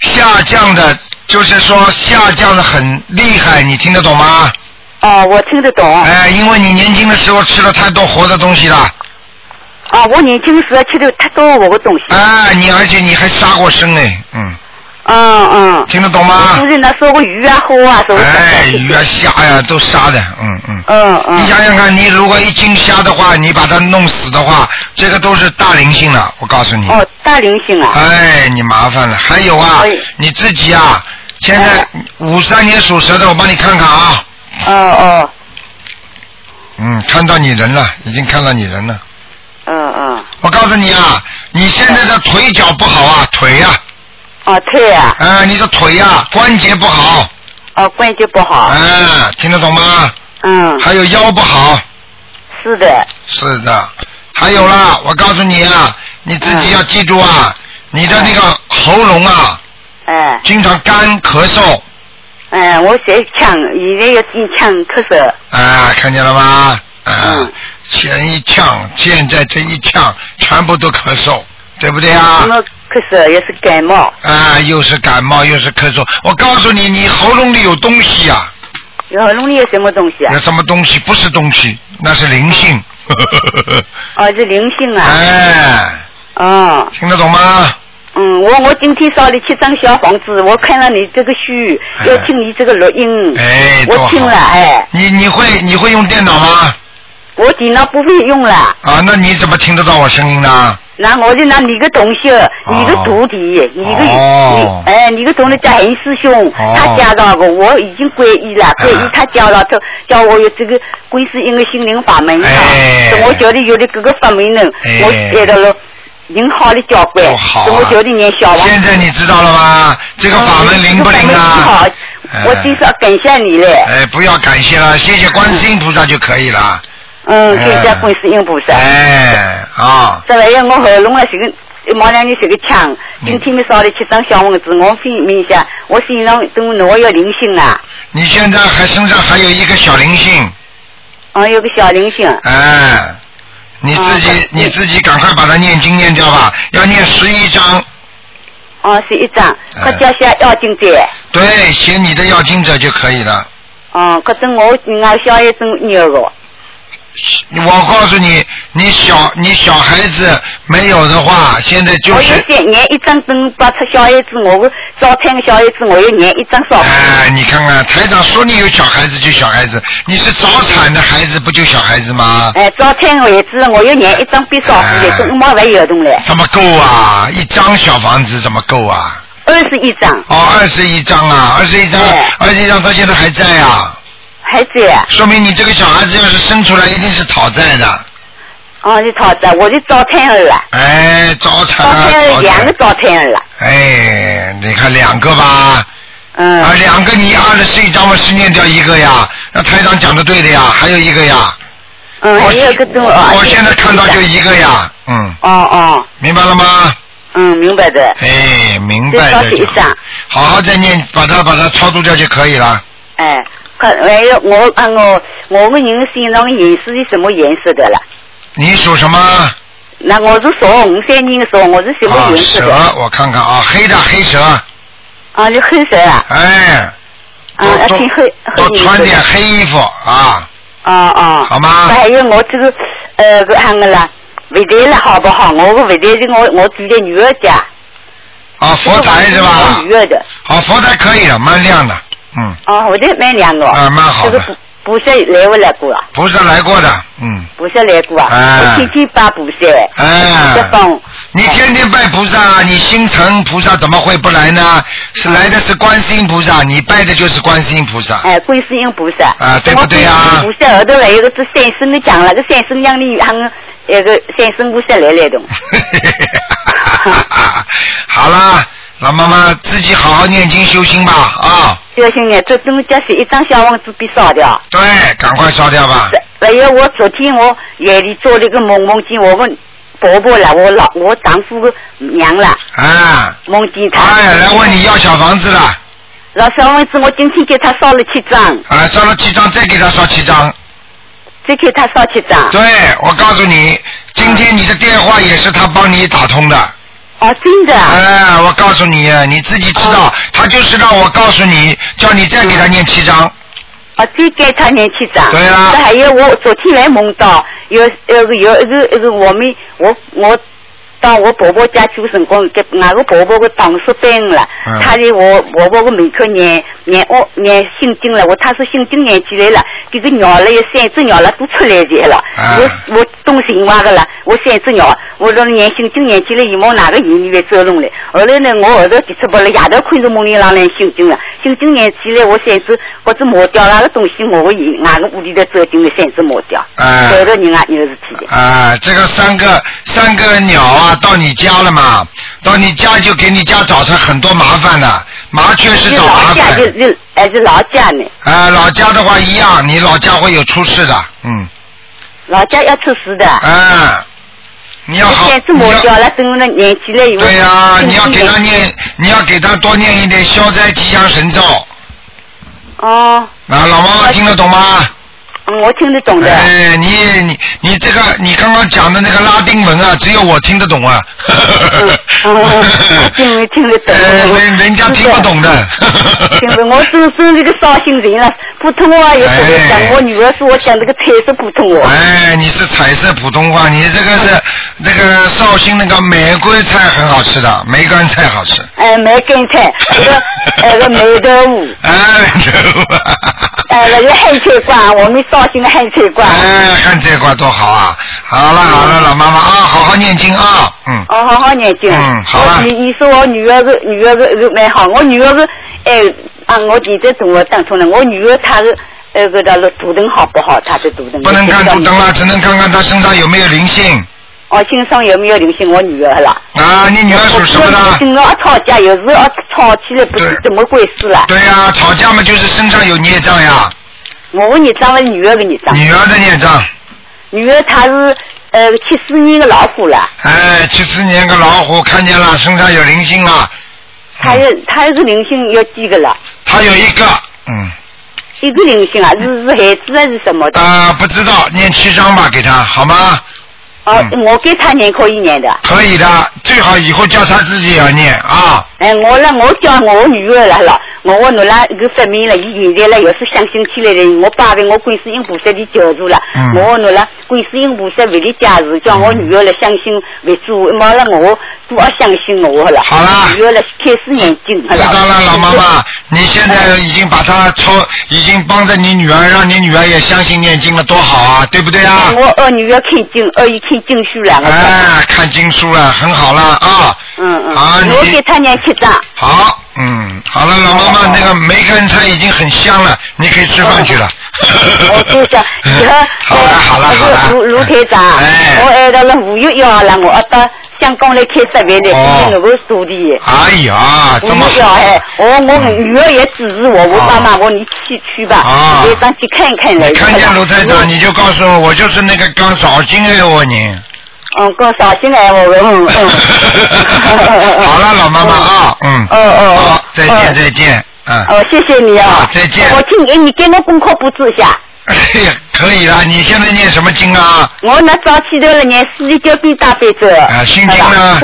Speaker 1: 下降的，就是说下降的很厉害，你听得懂吗？
Speaker 7: 哦，我听得懂。
Speaker 1: 哎，因为你年轻的时候吃了太多活的东西了。
Speaker 7: 啊，我年轻时候吃的太多我的东西。
Speaker 1: 哎，你而且你还杀过生哎，嗯。
Speaker 7: 嗯嗯。
Speaker 1: 听得懂吗？
Speaker 7: 就是那说过鱼啊、虾啊什么的。
Speaker 1: 哎，鱼啊虾呀、都杀的，嗯嗯。
Speaker 7: 嗯嗯。
Speaker 1: 你想想看，你如果一斤虾的话，你把它弄死的话，这个都是大灵性了，我告诉你。
Speaker 7: 哦，大灵性啊。哎
Speaker 1: 哎，你麻烦了。还有啊
Speaker 7: 所以，
Speaker 1: 你自己啊，现在五三年属蛇的，我帮你看看啊。
Speaker 7: 哎哦哦。
Speaker 1: 嗯，看到你人了，已经看到你人了。
Speaker 7: 嗯嗯。
Speaker 1: 我告诉你啊，你现在的腿脚不好啊，腿呀、
Speaker 7: 啊，腿啊。
Speaker 1: 啊，你的腿呀、关节不好。
Speaker 7: 哦，关节不好。
Speaker 1: 啊，听得懂吗？
Speaker 7: 嗯。
Speaker 1: 还有腰不好。
Speaker 7: 是的。
Speaker 1: 是的，还有
Speaker 7: 嗯
Speaker 1: 啦，我告诉你啊，你自己要记住啊，你的那
Speaker 7: 嗯
Speaker 1: 个喉咙啊，
Speaker 7: 哎，
Speaker 1: 经常干咳嗽，
Speaker 7: 哎，我现在呛，现在要进呛咳嗽。
Speaker 1: 啊，看见了吗？
Speaker 7: 嗯
Speaker 1: 啊，前一呛，现在这一呛，全部都咳嗽，对不对啊
Speaker 7: 什？么咳嗽也是感冒，
Speaker 1: 啊，又是感冒又是咳嗽，我告诉你，你喉咙里有东西呀、
Speaker 7: 然后弄里有什么东西啊
Speaker 1: 有？什么东西？不是东西，那是灵性。
Speaker 7: 哦，是灵性
Speaker 1: [LAUGHS]
Speaker 7: 啊。
Speaker 1: 哎。
Speaker 7: 嗯。
Speaker 1: 听得懂吗？
Speaker 7: 嗯，我我今天烧了七张小房子，我看了你这个书，要听你这个录音，
Speaker 1: 哎，
Speaker 7: 我
Speaker 1: 多好
Speaker 7: 听了，哎，
Speaker 1: 你你会你会用电脑吗？
Speaker 7: 我电脑不会用了，
Speaker 1: 啊，那你怎么听得到我声音呢？
Speaker 7: 那我就拿你个同学，你个徒弟，你个
Speaker 1: 哦
Speaker 7: 你哎，你个同学叫韩师兄，
Speaker 1: 哦啊
Speaker 7: 他教到我，我已经皈依了，皈依他教了，他教我有这个皈依一个心灵法门啊，所以我觉得有了这个法门呢，
Speaker 1: 哎
Speaker 7: 我学到了很好的教官，
Speaker 1: 好啊
Speaker 7: 所以我觉得念小王。
Speaker 1: 现在你知道了吗？这个法门灵不
Speaker 7: 嗯
Speaker 1: 灵啊？
Speaker 7: 好，我
Speaker 1: 哎
Speaker 7: 就是要感谢你嘞，
Speaker 1: 哎，不要感谢了，谢谢观世音菩萨就可以了。
Speaker 7: 嗯，
Speaker 1: 哎
Speaker 7: 感谢观世音菩萨。
Speaker 1: 哎，啊，
Speaker 7: 这玩意我喉咙啊，这个毛两年这个呛，
Speaker 1: 嗯
Speaker 7: 今天烧了七张小蚊子，我分明一下，我身上都我有灵性啊，
Speaker 1: 你现在还身上还有一个小灵性，
Speaker 7: 啊有个小灵性，
Speaker 1: 哎，你自
Speaker 7: 嗯
Speaker 1: 己、你自己赶快把它念经念掉吧，要念十一章。
Speaker 7: 啊是一
Speaker 1: 哎
Speaker 7: 张，快叫下妖精者，
Speaker 1: 对，写你的要经者就可以了。
Speaker 7: 嗯，可是我俺小一种牛个，
Speaker 1: 我告诉你，你小你小孩子没有的话，现在就
Speaker 7: 我有
Speaker 1: 是
Speaker 7: 三年一张灯把出小叶子，我个烧炭个小叶子，我一年一张烧，
Speaker 1: 哎，你看看，台长说你有小孩子就小孩子，你是早产的孩子不就小孩子吗？
Speaker 7: 哎，烧炭个叶子我一年一张比烧火
Speaker 1: 哎
Speaker 7: 叶子，没还有动嘞，
Speaker 1: 怎么够啊？一张小房子怎么够啊？
Speaker 7: 二十一张，
Speaker 1: 哦，二十一张啊，二十一张，二十一张，他现在还在啊，
Speaker 7: 还在啊。
Speaker 1: 说明你这个小孩子要是生出来一定是讨债的，
Speaker 7: 哦，是炒的，我是早餐儿啊，
Speaker 1: 哎，早产
Speaker 7: 早
Speaker 1: 啊
Speaker 7: 餐，儿
Speaker 1: 早
Speaker 7: 哦两个
Speaker 1: 产，
Speaker 7: 早餐儿了，
Speaker 1: 哎，你看两个吧，
Speaker 7: 嗯，
Speaker 1: 啊，两个你二十一张嘛，是念掉一个呀，那台长讲的对的呀，还有一个呀，
Speaker 7: 嗯，还有个中，
Speaker 1: 我现在看到就一个呀，嗯，
Speaker 7: 哦哦，
Speaker 1: 明白了吗？
Speaker 7: 哦嗯，明白的。
Speaker 1: 哎，明白
Speaker 7: 再烧
Speaker 1: 的
Speaker 7: 几
Speaker 1: 就好
Speaker 7: 张。
Speaker 1: 好好再念，把它把它超度掉就可以了。
Speaker 7: 哎，看，哎呦，我啊我我个人身上的颜色是什么颜色的啦？
Speaker 1: 你属什么？
Speaker 7: 那我是属五三年的时候，我是什么
Speaker 1: 啊，
Speaker 7: 颜色
Speaker 1: 蛇
Speaker 7: 的？，
Speaker 1: 我看看啊，黑的黑蛇，
Speaker 7: 啊，你黑色啊？
Speaker 1: 哎，
Speaker 7: 啊，要挺黑
Speaker 1: 多
Speaker 7: 黑颜
Speaker 1: 穿
Speaker 7: 色
Speaker 1: 点
Speaker 7: 的。
Speaker 1: 黑衣服啊。
Speaker 7: 啊啊。
Speaker 1: 好吗
Speaker 7: 还有我这个呃个喊个啦，围台了好不好？我个围台是我我住在女儿家。
Speaker 1: 啊，佛台是吧？
Speaker 7: 女儿的。
Speaker 1: 好，佛台可以了，蛮亮的，嗯，
Speaker 7: 哦，我这蛮亮的。
Speaker 1: 啊蛮好的
Speaker 7: 这个菩萨来不来过啊？
Speaker 1: 菩萨来过的，嗯，
Speaker 7: 菩萨来过啊！
Speaker 1: 哎
Speaker 7: 我天天拜菩萨。
Speaker 1: 哎
Speaker 7: 菩萨帮我。
Speaker 1: 你天天拜菩
Speaker 7: 哦
Speaker 1: 萨，你心诚菩萨怎么会不来呢？是来的是观世音菩萨，你拜的就是观世音菩萨，
Speaker 7: 哎，观世音菩萨。
Speaker 1: 啊对不对呀
Speaker 7: 我观世音菩萨后头来一个这三生的讲了，这三生让你喊我那个三生菩萨来来的。
Speaker 1: [LAUGHS] 好啦，老妈妈自己好好念经修心吧，啊，
Speaker 7: 这个兄弟，这东家是一张小王子被烧掉。
Speaker 1: 对，赶快烧掉吧，
Speaker 7: [LAUGHS] 还有哎我昨天我夜里做了一个梦，梦见我个婆婆了，我老我丈夫个娘了，
Speaker 1: 啊，
Speaker 7: 梦见她。
Speaker 1: 哎，来问你要小房子了，
Speaker 7: 老小王子，我今天给他烧了七张，
Speaker 1: 啊，烧了七张，再给他烧七张。
Speaker 7: 再给他烧七张。
Speaker 1: 对，我告诉你，今天你的电话也是他帮你打通的。
Speaker 7: 哦，真的。
Speaker 1: 哎，我告诉你，你自己知道，他就是让我告诉你，叫你再给他念七章。
Speaker 7: 啊，再给他念七张。
Speaker 1: 对啊啦
Speaker 7: 啊这还有我昨天来梦到有有个有一个一个我们我我到我婆婆家去的辰光，给俺个婆婆个糖说病了，
Speaker 1: 嗯
Speaker 7: 她在我婆婆个门口念念哦念心经了，我她说心经念起来了，给个鸟了有三只鸟了都出来去了，
Speaker 1: 啊
Speaker 7: 我我懂神话个了，我三只鸟，我说念心经念起来，以往哪个眼里来走弄嘞？后来呢，我后头接触不了，夜头困着梦里让人心经了，心经念起来，我三只或者磨掉那个东西，我眼俺个屋里头走进来三只磨掉，
Speaker 1: 啊
Speaker 7: 走到人家有事体的。
Speaker 1: 啊，这个三个三个鸟啊，到你家了嘛？到你家就给你家找上很多麻烦了。麻雀是
Speaker 7: 你
Speaker 1: 找麻
Speaker 7: 老家
Speaker 1: 烦
Speaker 7: 就。就还是老家呢？
Speaker 1: 啊，老家的话一样，你老家会有出事的，嗯。
Speaker 7: 老家要出事的。
Speaker 1: 啊，你要好
Speaker 7: 现在磨掉了，等了年纪了以后。
Speaker 1: 对呀、
Speaker 7: 心
Speaker 1: 你要
Speaker 7: 经
Speaker 1: 给他
Speaker 7: 念
Speaker 1: 念，你要给他多念一点消灾吉祥神咒。
Speaker 7: 哦，
Speaker 1: 啊，老妈妈听得懂吗？
Speaker 7: 嗯我听得懂的。
Speaker 1: 哎，你你你这个你刚刚讲的那个拉丁文啊，只有我听得懂啊。
Speaker 7: 嗯哦
Speaker 1: [LAUGHS]
Speaker 7: 听听得懂。
Speaker 1: 哎，人人家听不懂的。
Speaker 7: 听不懂，我 [LAUGHS] 真真这个伤心人了。普通话也不会讲，我女儿说我讲这个彩色普通话。
Speaker 1: [LAUGHS] 哎，你是彩色普通话，你这个是这个绍兴那个玫瑰菜很好吃的，梅干菜好吃。
Speaker 7: 哎，梅根菜，这个那个梅豆腐，
Speaker 1: [LAUGHS] 哎，
Speaker 7: 哎，那个黑菜瓜，我们绍兴的黑菜瓜。
Speaker 1: 哎，看这瓜多好啊！好
Speaker 7: 嗯
Speaker 1: 了好了，老妈妈啊，好好念经啊，嗯。
Speaker 7: 哦，好好念经。
Speaker 1: 嗯好了
Speaker 7: 我你你说我女儿是女儿是是蛮好，我女儿是哎啊，我现在生活当中呢，我女儿她是呃个那个图腾好不好？她的图腾。
Speaker 1: 不能看图腾了，只能看看他身上有没有灵性。
Speaker 7: 哦，身上有没有灵性？我女儿啦。
Speaker 1: 啊，你女儿属什么的？
Speaker 7: 我经常啊吵架，有时候吵起来不是怎么回事啦。
Speaker 1: 对呀、吵架嘛就是身上有孽障呀，
Speaker 7: 我问你张了女儿给你张，
Speaker 1: 女儿的孽障。
Speaker 7: 女儿她是呃七四年的老虎了，
Speaker 1: 哎，七四年个老虎看见了，身上有灵性了，
Speaker 7: 她有
Speaker 1: 嗯
Speaker 7: 她是灵性有几个了？
Speaker 1: 它有一个，嗯，
Speaker 7: 一个灵性啊，是是孩子还是什么的？
Speaker 1: 啊、不知道念七章吧，给他好吗？
Speaker 7: 哦，
Speaker 1: 嗯
Speaker 7: 我给她念可以念的。
Speaker 1: 可以的，最好以后叫他自己也要念啊。
Speaker 7: 哎，我了，我叫我女儿来了，我我弄了一个发明了，伊现在了也是相信起来了，我拜为我观世音菩萨的救助了，
Speaker 1: 嗯
Speaker 7: 我弄了观世音菩萨为的加持，叫我女儿来相信为主，没了我都要相信我了。好啦，女儿了开始念经了。
Speaker 1: 知道了，老妈妈，你现在已经把他抽，已经帮着你女儿，让你女儿也相信念经了，多好啊，对不对啊？
Speaker 7: 哎我二女儿看经，二姨看经书了。
Speaker 1: 哎，看经书了，很好了啊。
Speaker 7: 嗯嗯。
Speaker 1: 啊，你
Speaker 7: 我给她念七
Speaker 1: [LAUGHS]
Speaker 7: 张。
Speaker 1: 好，嗯，好了，老妈妈，那个梅根菜已经很香了，你可以吃饭去了。
Speaker 7: 我
Speaker 1: [LAUGHS]
Speaker 7: 就是以后好了好了好了，卢卢台长，
Speaker 1: 哎
Speaker 7: 我挨到了五月一号了，我到香港来开设备的，今天我个徒弟。
Speaker 1: 哎呀，
Speaker 7: 五
Speaker 1: 哦这么
Speaker 7: 月一号哎，我我女儿也支持我，我妈妈我你去去吧，
Speaker 1: 啊
Speaker 7: 台长去看看来。 [LAUGHS]
Speaker 1: 看见卢台长，你就告诉我，我就是那个刚扫兴哎，我你。
Speaker 7: 嗯，跟绍兴来我嗯嗯。
Speaker 1: [LAUGHS]
Speaker 7: [LAUGHS]
Speaker 1: 好了，老妈妈啊，嗯，
Speaker 7: 哦哦哦，
Speaker 1: 再见再见，嗯，
Speaker 7: 哦，谢谢你啊，
Speaker 1: 再见
Speaker 7: 我今年你给我功课布置一下，
Speaker 1: 哎呀，可以了，你现在念什么经啊？
Speaker 7: 我呢早起头了念四十九遍大悲咒，啊，
Speaker 1: 心经呢？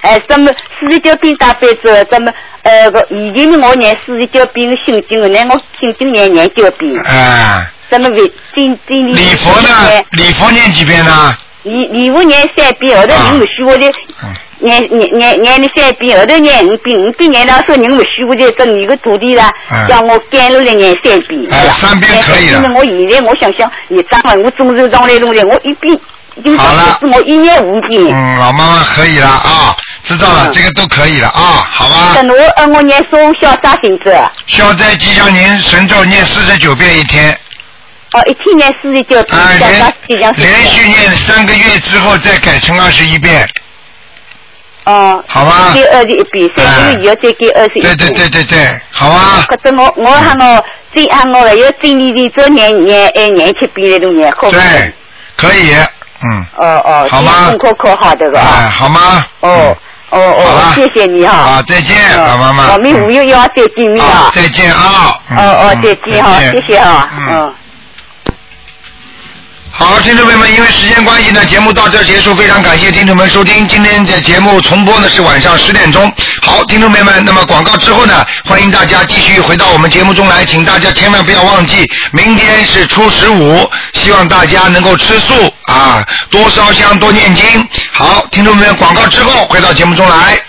Speaker 7: 哎，咱们四十九遍大悲咒，咱们呃，个以前呢我念四十九遍心经，那我心经念念九遍，
Speaker 1: 哎，
Speaker 7: 咱们为今今年
Speaker 1: 礼佛呢？礼佛念几遍啊呢？
Speaker 7: 礼礼佛念三遍，后头
Speaker 1: 啊
Speaker 7: 人不许我的
Speaker 1: 嗯
Speaker 7: 念念念念了三遍，后头念五遍，五遍念到说人不许我的这你个徒弟啦
Speaker 1: 嗯，
Speaker 7: 叫我赶路来念三遍。
Speaker 1: 哎三遍可以了
Speaker 7: 但是我现在我想想，你张了，我总是让来弄来，我一遍就是说我一念五遍。
Speaker 1: 嗯，老妈妈可以了啊，知道
Speaker 7: 嗯
Speaker 1: 了，这个都可以了啊，好吧。
Speaker 7: 但我呃我念诵小啥性质？
Speaker 1: 消灾吉祥您神咒念四十九遍一天，啊
Speaker 7: 哦，一天念四十九遍，小啥吉祥性质？
Speaker 1: 哎连续念三个月之后再改成二十一遍，
Speaker 7: 哦，
Speaker 1: 好吧哎
Speaker 7: 给二十一遍，三个月以后再给二十一遍。
Speaker 1: 对对对对，好吧。
Speaker 7: 可是我我喊我最喊我还要今年的这年年哎年七遍那种年好。对。
Speaker 1: 可以，嗯，
Speaker 7: 哦哦，
Speaker 1: 好吗
Speaker 7: 功课考好的个
Speaker 1: 哎，
Speaker 7: 啊。
Speaker 1: 好吗？
Speaker 7: 哦嗯哦哦，谢谢你哈。哦
Speaker 1: 啊，再见，老妈妈。嗯
Speaker 7: 我们五月一号再见面啊。
Speaker 1: 再见啊。
Speaker 7: 哦哦，
Speaker 1: 嗯
Speaker 7: 再见哈，
Speaker 1: 再见
Speaker 7: 谢谢哈，嗯。
Speaker 1: 好，听众朋友们，因为时间关系呢，节目到这儿结束，非常感谢听众们收听。今天的节目重播呢是晚上十点钟。好，听众朋友们，那么广告之后呢，欢迎大家继续回到我们节目中来，请大家千万不要忘记，明天是初十五，希望大家能够吃素啊，多烧香，多念经。好，听众朋友们，广告之后回到节目中来。